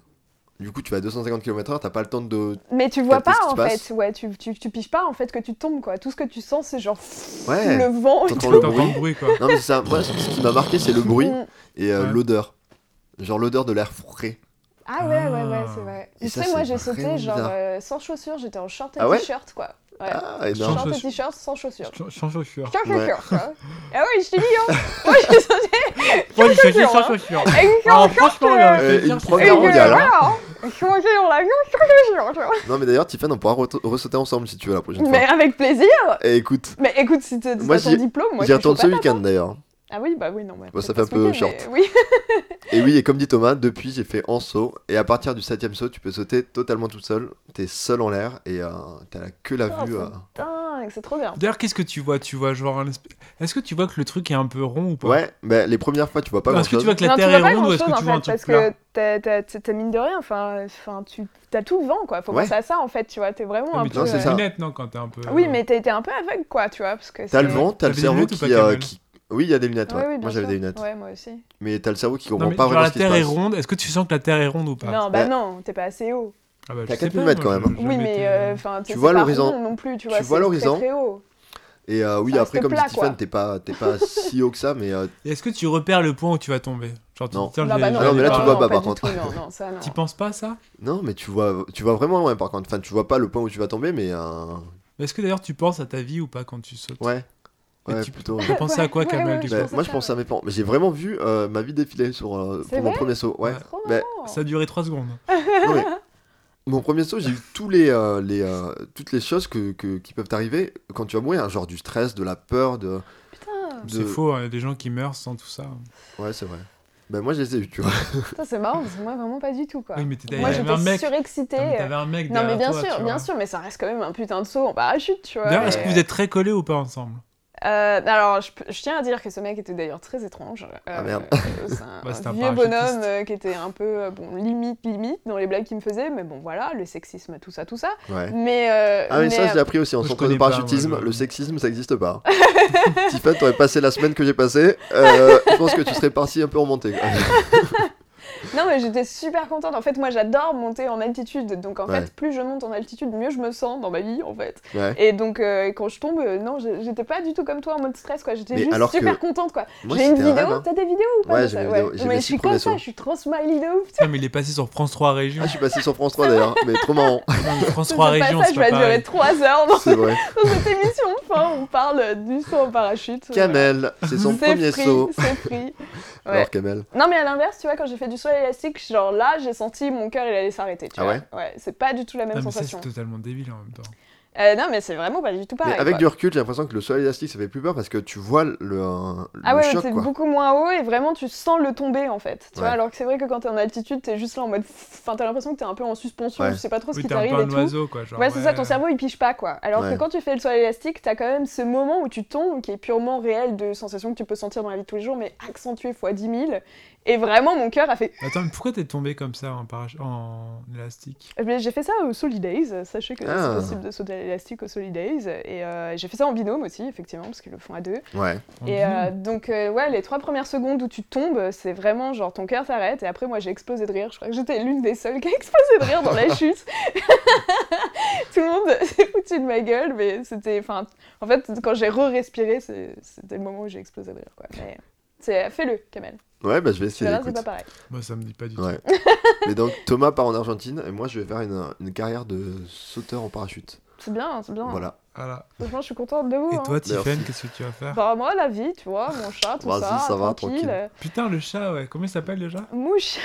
E: Du coup, tu vas à 250 km/h, t'as pas le temps de.
D: Mais tu vois
E: capter
D: pas
E: ce qui
D: en
E: se passe.
D: fait, ouais, tu, tu, tu piges pas en fait que tu tombes quoi. Tout ce que tu sens c'est genre
E: Ouais.
D: le vent. et
E: T'entends
D: tout.
E: le bruit. Non, mais c'est ça. Moi, ce qui m'a marqué, c'est le bruit
D: Mm.
E: et euh,
D: Ouais.
E: l'odeur. Genre l'odeur de l'air frais.
D: Ah ouais, ouais, ouais, c'est vrai.
E: Et
D: Tu
E: ça,
D: sais, moi
E: c'est
D: j'ai sauté
E: vraiment
D: genre
E: bizarre.
D: euh, sans chaussures, j'étais en short et
E: Ah ouais
D: t-shirt quoi. Ouais.
E: Ah, énorme.
D: Short et
E: Sans
D: t-shirt sans chaussures. Sans
G: Sans chaussure.
D: chaussures
E: Ouais.
D: (laughs) quoi. Ah ouais, je t'ai dit, hein. Moi j'ai sauté.
G: Moi, j'ai
D: chaussures,
G: sauté sans
D: hein.
G: chaussures.
D: Avec des
G: Alors,
D: chaussures,
G: franchement,
D: euh,
G: là, je vais
E: Euh,
G: te dire,
E: une
G: c'est
E: première
D: et
E: mondiale,
D: voilà,
E: hein.
D: hein. Je suis montée dans l'avion sans chaussures, tu vois.
E: Non, mais d'ailleurs, Tiffany, on pourra re- ressauter ensemble si tu veux la prochaine
D: Mais
E: fois.
D: avec plaisir.
E: Et écoute,
D: Mais écoute, si t'as si
E: moi
D: t'as ton
E: j'y
D: diplôme, moi
E: j'y
D: je suis
E: retourne
D: chaud
E: ce
D: patate,
E: week-end
D: hein.
E: d'ailleurs.
D: Ah oui, bah oui, non. bah,
E: Bon, ça fait
D: peut-être
E: un peu
D: pas ce week-end,
E: short.
D: mais Oui. (laughs)
E: Et oui, et comme dit Thomas, depuis j'ai fait en saut. Et à partir du 7ème saut, tu peux sauter totalement tout seul. T'es seul en l'air et euh, t'as la- que la
D: Putain,
E: vue.
D: Ah, c'est
E: euh.
D: dingue, c'est trop bien.
G: D'ailleurs, qu'est-ce que tu vois Tu vois genre un espèce- Est-ce que tu vois que le truc est un peu rond ou pas
E: Ouais, mais les premières fois, tu vois pas
G: Est-ce que
E: grand-chose.
G: tu vois que la
D: Non, tu
G: Terre
D: vois
G: est
D: pas
G: ronde ou est-ce
D: grand-chose, en
G: que tu vois un
D: fait,
G: truc
D: Parce
G: plat
D: que t'as- t'as t'as- t'as mine de rien, enfin, enfin, tu as tout devant, quoi. Faut
E: Ouais.
D: penser à ça, en fait, tu vois. T'es vraiment
G: Non,
D: un
G: mais
D: peu...
G: tu vois
D: euh,
G: c'est lunettes, non, quand t'es un peu.
D: Oui, mais t'es t'es un peu aveugle, quoi, tu vois. parce que
E: T'as
D: c'est-
E: le vent, t'as le
G: T'avais des
E: cerveau
G: lunettes ou
E: qui,
G: pas,
E: euh,
G: Camel
E: qui- Oui, il y a des lunettes,
D: Ouais,
E: ouais.
D: oui, bien
E: Moi j'avais
D: sûr.
E: des lunettes.
D: Ouais, moi aussi.
E: Mais t'as le cerveau qui
G: Non,
E: comprend
G: mais
E: pas
G: genre
E: vraiment
G: la
E: ce qui se
G: Terre est
E: passe.
G: ronde. Est-ce que tu sens que la Terre est ronde ou pas
D: Non, bah non, t'es pas assez haut.
G: Ah bah, je
E: T'as
G: sais
E: 4000
G: pas,
E: mètres
G: moi,
E: quand même.
G: Ah. je-
D: Oui, mais euh, enfin,
E: Tu
D: c'est
E: vois
D: pas
E: l'horizon.
D: rond non plus, tu
E: Tu
D: vois.
E: vois
D: c'est
E: l'horizon.
D: Très, très haut.
E: Et euh, oui,
D: Ça
E: après,
D: reste
E: comme
D: plat,
E: dit Stéphane,
D: quoi.
E: t'es pas, t'es pas si haut que ça, mais euh,
G: Et Est-ce que tu repères le point où tu vas tomber Genre, tu
E: Non.
G: dis, tiens,
E: Non,
G: je
E: bah
G: vais-
E: non,
G: je vais
E: non, mais là,
G: aller
E: tu
G: par
E: vois
G: là.
E: pas, par contre.
D: non, non, ça, non.
G: T'y penses pas, ça
E: non, mais tu vois, tu vois vraiment loin par contre. Enfin, tu vois pas le point où tu vas tomber, mais. euh,
G: Est-ce que d'ailleurs tu penses à ta vie ou pas quand tu sautes
E: Ouais.
G: Et
E: Ouais,
G: tu-
E: plutôt.
G: t'as pensé à quoi, Ouais, Kamel, ouais, du je coup
E: Bah,
G: pense à
E: Moi,
G: ça,
E: je pensais à mes parents. Mais j'ai vraiment vu euh, ma vie défiler sur, euh,
G: C'est
E: pour mon
G: vrai
E: premier saut.
G: (laughs)
E: Ouais.
G: Trop
E: Bah,
G: Ça a duré 3 secondes.
D: Ah.
E: non, mais Mon premier saut, j'ai eu tous les, euh, les, euh, toutes les choses que, que- qui peuvent t'arriver quand tu vas mourir. Genre du stress, de la peur, de. de-
G: C'est faux, hein, il y a des gens qui meurent sans tout ça.
E: Ouais, c'est vrai. Bah, moi, je les ai eu, tu vois.
D: Putain, c'est marrant, parce que moi, vraiment pas du tout, quoi.
G: Oui, mais t'étais-
D: moi,
G: t'avais un
D: j'étais
G: mec.
D: surexcitée.
G: Non, mais t'avais un mec
D: Non, mais
G: derrière
D: bien
G: toi,
D: sûr,
G: tu
D: bien
G: vois.
D: sûr, mais ça reste quand même un putain de saut en parachute, tu vois.
G: D'ailleurs, est-ce
D: mais-
G: que vous êtes très collés ou pas ensemble
D: (laughs) Euh, alors, je, peux- je tiens à dire que ce mec était d'ailleurs très étrange. Euh,
G: Ah, merde.
D: euh, C'est un,
G: (laughs) Bah,
D: un
G: c'était un
D: vieux
G: parachutiste.
D: bonhomme euh, qui était un peu, euh, bon, limite, limite dans les blagues qu'il me faisait, mais bon, voilà, le sexisme, tout ça, tout ça.
E: Ouais.
D: Mais. euh,
E: Ah mais, ça
D: mais,
E: je l'ai appris aussi en
G: je
E: centre de
G: connais pas,
E: parachutisme,
G: moi, je-
E: le sexisme ça existe
G: (laughs)
E: pas. Tiffany t'aurais passé la semaine que j'ai passée, euh, je pense que tu serais parti un peu remonté.
D: Non, mais j'étais super contente. En fait, moi, j'adore monter en altitude. Donc, en
E: Ouais.
D: fait, plus je monte en altitude, mieux je me sens dans ma vie, en fait.
E: Ouais.
D: Et donc, euh, quand je tombe, euh, non, j'ai- j'étais pas du tout comme toi en mode stress, quoi. J'étais
E: Mais
D: juste
E: alors que-
D: super contente, quoi.
E: Moi,
D: J'ai une
E: c'était un
D: vidéo.
E: rêve, hein.
D: T'as des vidéos ou pas
E: Ouais,
D: de
E: j'ai
D: ça
E: des vidéos. J'ai
D: Mais
E: mes
D: je
E: six
D: suis comme
E: premiers
D: ça,
E: sauts.
D: je suis trop smiley de ouf.
G: Putain, mais il est passé sur France 3 Régions. Ah, je
E: suis passé sur France 3 d'ailleurs, mais
D: (laughs)
E: trop marrant.
D: Ah,
G: (laughs) France
D: Ce
G: 3 Régions,
D: passage
G: c'est
D: va
G: pas
D: durer
G: pareil.
D: 3 heures
G: (laughs)
D: dans,
E: (laughs) C'est vrai.
D: dans cette émission. Enfin, on parle du saut en parachute.
E: Kamel, c'est son premier
D: free,
E: saut.
D: C'est free. Ouais.
E: Alors Kamel.
D: Non, mais à l'inverse, tu vois, quand j'ai fait du saut élastique, genre là, j'ai senti mon cœur, il allait s'arrêter. tu
E: Ah
D: vois.
E: ouais
D: Ouais, c'est pas du tout la même
G: Ah, mais ça,
D: sensation.
G: c'est totalement débile en même temps.
D: Euh, non, mais c'est vraiment pas du tout pareil.
E: mais avec
D: quoi.
E: du recul, j'ai l'impression que le soleil élastique ça fait plus peur parce que tu vois le, le
D: Ah ouais,
E: choc
D: c'est
E: quoi.
D: beaucoup moins haut et vraiment tu sens le tomber en fait. Tu vois,
E: Ouais.
D: alors que c'est vrai que quand t'es en altitude, t'es juste là en mode. Enfin, t'as l'impression que t'es un peu en suspension,
E: Ouais.
D: tu sais pas trop ce
G: Oui,
D: qui
G: t'es un peu
D: t'arrive
G: un
D: et tout.
G: oiseau, quoi, genre,
D: ouais, c'est ça,
G: ouais.
D: ton cerveau il pige pas quoi. Alors
G: Ouais.
D: que quand tu fais le soleil élastique, t'as quand même ce moment où tu tombes qui est purement réel de sensation que tu peux sentir dans la vie de tous les jours, mais accentué fois 10 000. Et vraiment, mon cœur a fait.
G: Attends, mais pourquoi t'es tombé comme ça en, parach- en élastique
D: Mais eh J'ai fait ça au Solidays, sachez que
G: Ah.
D: c'est possible de sauter à l'élastique au Solidays. Et euh, j'ai fait ça en binôme aussi, effectivement, parce qu'ils le font à deux.
E: Ouais.
D: Et euh, donc, euh, ouais, les trois premières secondes où tu tombes, c'est vraiment genre ton cœur s'arrête. Et après, moi, j'ai explosé de rire. Je crois que j'étais l'une des seules qui a explosé de rire dans
E: (laughs)
D: la chute. (laughs) Tout le monde s'est foutu de ma gueule, mais c'était. Enfin, en fait, quand j'ai re-respiré, c'est- c'était le moment où j'ai explosé de rire. Quoi. Mais c'est- fais-le, Kamel.
E: Ouais, bah je vais
D: Tu
E: essayer.
D: verras, c'est
E: écoute.
D: pas pareil.
G: Moi, ça me dit pas du
E: Ouais.
D: (laughs)
E: Mais donc Thomas part en Argentine et moi je vais faire une, une carrière de sauteur en parachute.
D: C'est bien, hein, c'est bien.
E: Voilà.
G: Voilà.
D: Franchement, je suis contente de vous.
G: Et
D: hein.
G: toi, Tiffen,
E: Merci.
G: qu'est-ce que tu vas faire
D: Bah, moi, la vie, tu vois, mon chat, tout
E: Vas-y,
D: ça.
E: ça va,
D: tranquille.
G: Putain, le chat, ouais. Comment il s'appelle déjà
D: Mouche.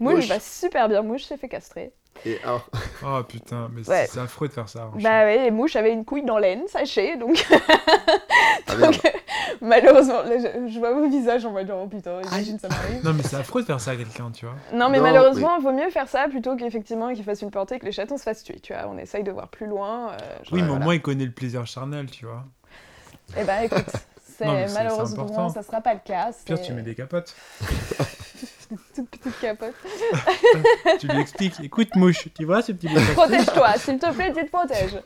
D: Mouche, il va super bien. Mouche s'est fait castrer.
E: Et
D: (laughs)
E: alors
G: Oh putain, mais c'est-
D: Ouais.
G: c'est affreux de faire ça. hein.
D: Bah oui, les mouches avaient une couille dans l'aine, sachez, donc...
E: Ah,
G: merde.
D: Donc, euh, malheureusement, là, je, je vois vos visages en mode genre, oh putain, imagine ça m'arrive.
G: Non, mais c'est affreux de faire ça à quelqu'un, tu vois.
D: (laughs) Non mais malheureusement, il vaut mieux faire ça plutôt qu'effectivement qu'ils fassent une portée et que les chatons se fassent tuer, tu vois, on essaye de voir plus loin. euh.
G: Oui, mais au moins, il connaît le plaisir charnel, tu vois.
D: Et bah (laughs) écoute, c'est
G: Non, mais c'est- c'est
D: malheureusement,
G: important.
D: ça sera pas le cas. c'est
G: Pire, tu mets des capotes.
D: Toute petite (laughs) capote.
G: tu lui expliques. Écoute, mouche, tu vois ce petit bout de
D: Protège-toi, s'il te plaît, tu te protèges.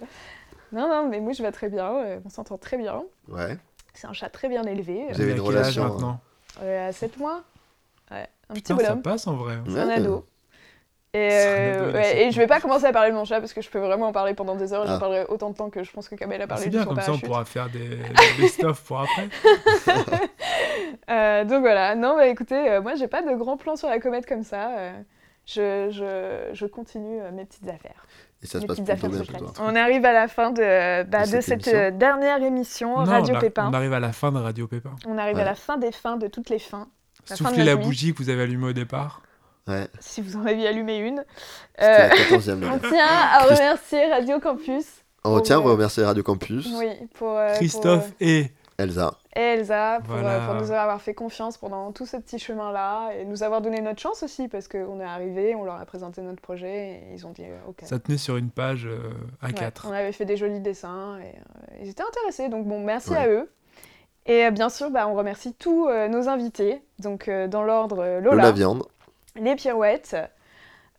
D: Non, non, mais mouche va très bien, euh, on s'entend très bien.
E: Ouais.
D: C'est un chat très bien élevé.
E: (laughs) Vous avez
D: euh,
E: une
G: quel âge
E: relation
G: maintenant
E: hein.
D: euh, à 7 mois. Ouais, un petit
G: Putain, ça
D: bonhomme.
G: passe en vrai.
D: C'est un ado.
G: (laughs)
D: Et,
G: un ado,
D: euh,
G: il a
D: ouais,
G: sept
D: et je vais pas commencer à parler de mon chat parce que je peux vraiment en parler pendant des heures et
G: Ah.
D: j'en parlerai autant de temps que je pense que Kamel a
G: Ah,
D: parlé
G: C'est
D: de
G: bien,
D: son
G: comme ça, on
D: parachute.
G: pourra
D: (laughs)
G: faire des, des best-of pour après.
D: Euh, donc voilà, non, bah écoutez, euh, moi j'ai pas de grand plan sur la comète comme ça. euh, je, je, je continue euh, mes petites affaires.
E: Et ça se
D: Mes
E: passe
D: petites
E: plutôt
D: affaires
E: bien
D: secrètes.
E: pour toi.
D: On arrive à la fin de, bah,
E: De
D: de
E: cette
D: cette
E: émission.
D: euh, dernière émission
G: Non,
D: Radio
G: on, a-
D: Pépin.
G: on arrive à la fin de Radio Pépin.
D: On arrive à la fin des fins, de toutes les fins. La fin de
G: Soufflez la
D: nuit,
G: bougie que vous avez allumée au départ.
E: Ouais.
D: Si vous en aviez allumé une.
E: la
D: Euh,
E: 14e, là.
D: (laughs) on tient à remercier Radio Campus.
E: On retient, on
D: pour, euh,
E: va remercier Radio Campus,
D: Oui, pour, euh, pour,
G: Christophe et.
E: Elsa.
D: euh, et Elsa pour, euh,
E: Voilà.
D: pour nous avoir fait confiance pendant tout ce petit chemin-là et nous avoir donné notre chance aussi parce qu'on est arrivé, on leur a présenté notre projet et ils ont dit euh, ok.
G: Ça tenait sur une page euh,
D: Ouais,
G: A4.
D: on avait fait des jolis dessins et euh, ils étaient intéressés donc bon, merci
G: Ouais.
D: à eux. Et euh, bien sûr, bah, on remercie tous euh, nos invités. Donc euh, dans l'ordre, euh, Lola,
E: Lola Viande.
D: les pirouettes,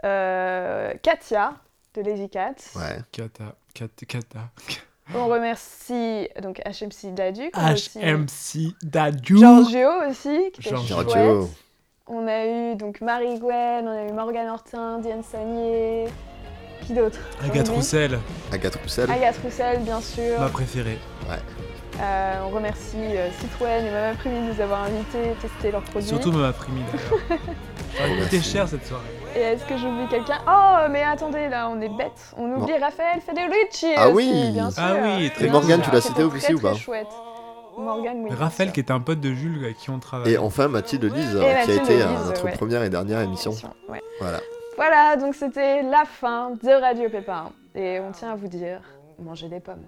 D: euh, Katia de Lazy Cat.
E: Ouais.
G: Kata. Kata. Kata.
D: On remercie donc HMC Daduc. on remercie-
G: HMC Dadju.
D: Giorgio aussi, qui était
G: Giorgio.
D: chouette.
G: Giorgio.
D: On a eu donc Marie-Gwen, on a eu Morgane Hortin, Diane Sagnier, qui d'autre
G: Agathe
D: Aujourd'hui
G: Roussel. Bah.
E: Agathe Roussel.
D: Agathe Roussel, bien sûr.
G: Ma préférée.
E: Ouais.
D: Euh, on remercie euh, Citroën et Mama Primi de nous avoir invités, tester leurs produits.
G: Surtout ma primi
D: (laughs)
G: d'ailleurs. Ça a coûté cher cette soirée.
D: Et est-ce que j'oublie quelqu'un Oh, mais attendez, là, on est bête. On oublie Raphaël Federici
E: Ah
D: aussi,
E: oui.
D: bien sûr.
G: Ah oui,
E: Et
G: très bien.
E: Morgane, tu l'as
D: C'était
E: cité
D: très,
E: aussi ou
D: très
E: pas
D: chouette. Morgane, oui.
G: Raphaël, qui était un pote de Jules avec qui on travaille.
E: Et enfin Mathilde Lise,
D: Et
E: euh, qui a
D: Mathilde
E: été euh,
D: Lise,
E: notre
D: ouais.
E: première et dernière émission. Voilà.
D: Voilà, donc c'était la fin de Radio Pépin. Et on tient à vous dire, mangez des pommes.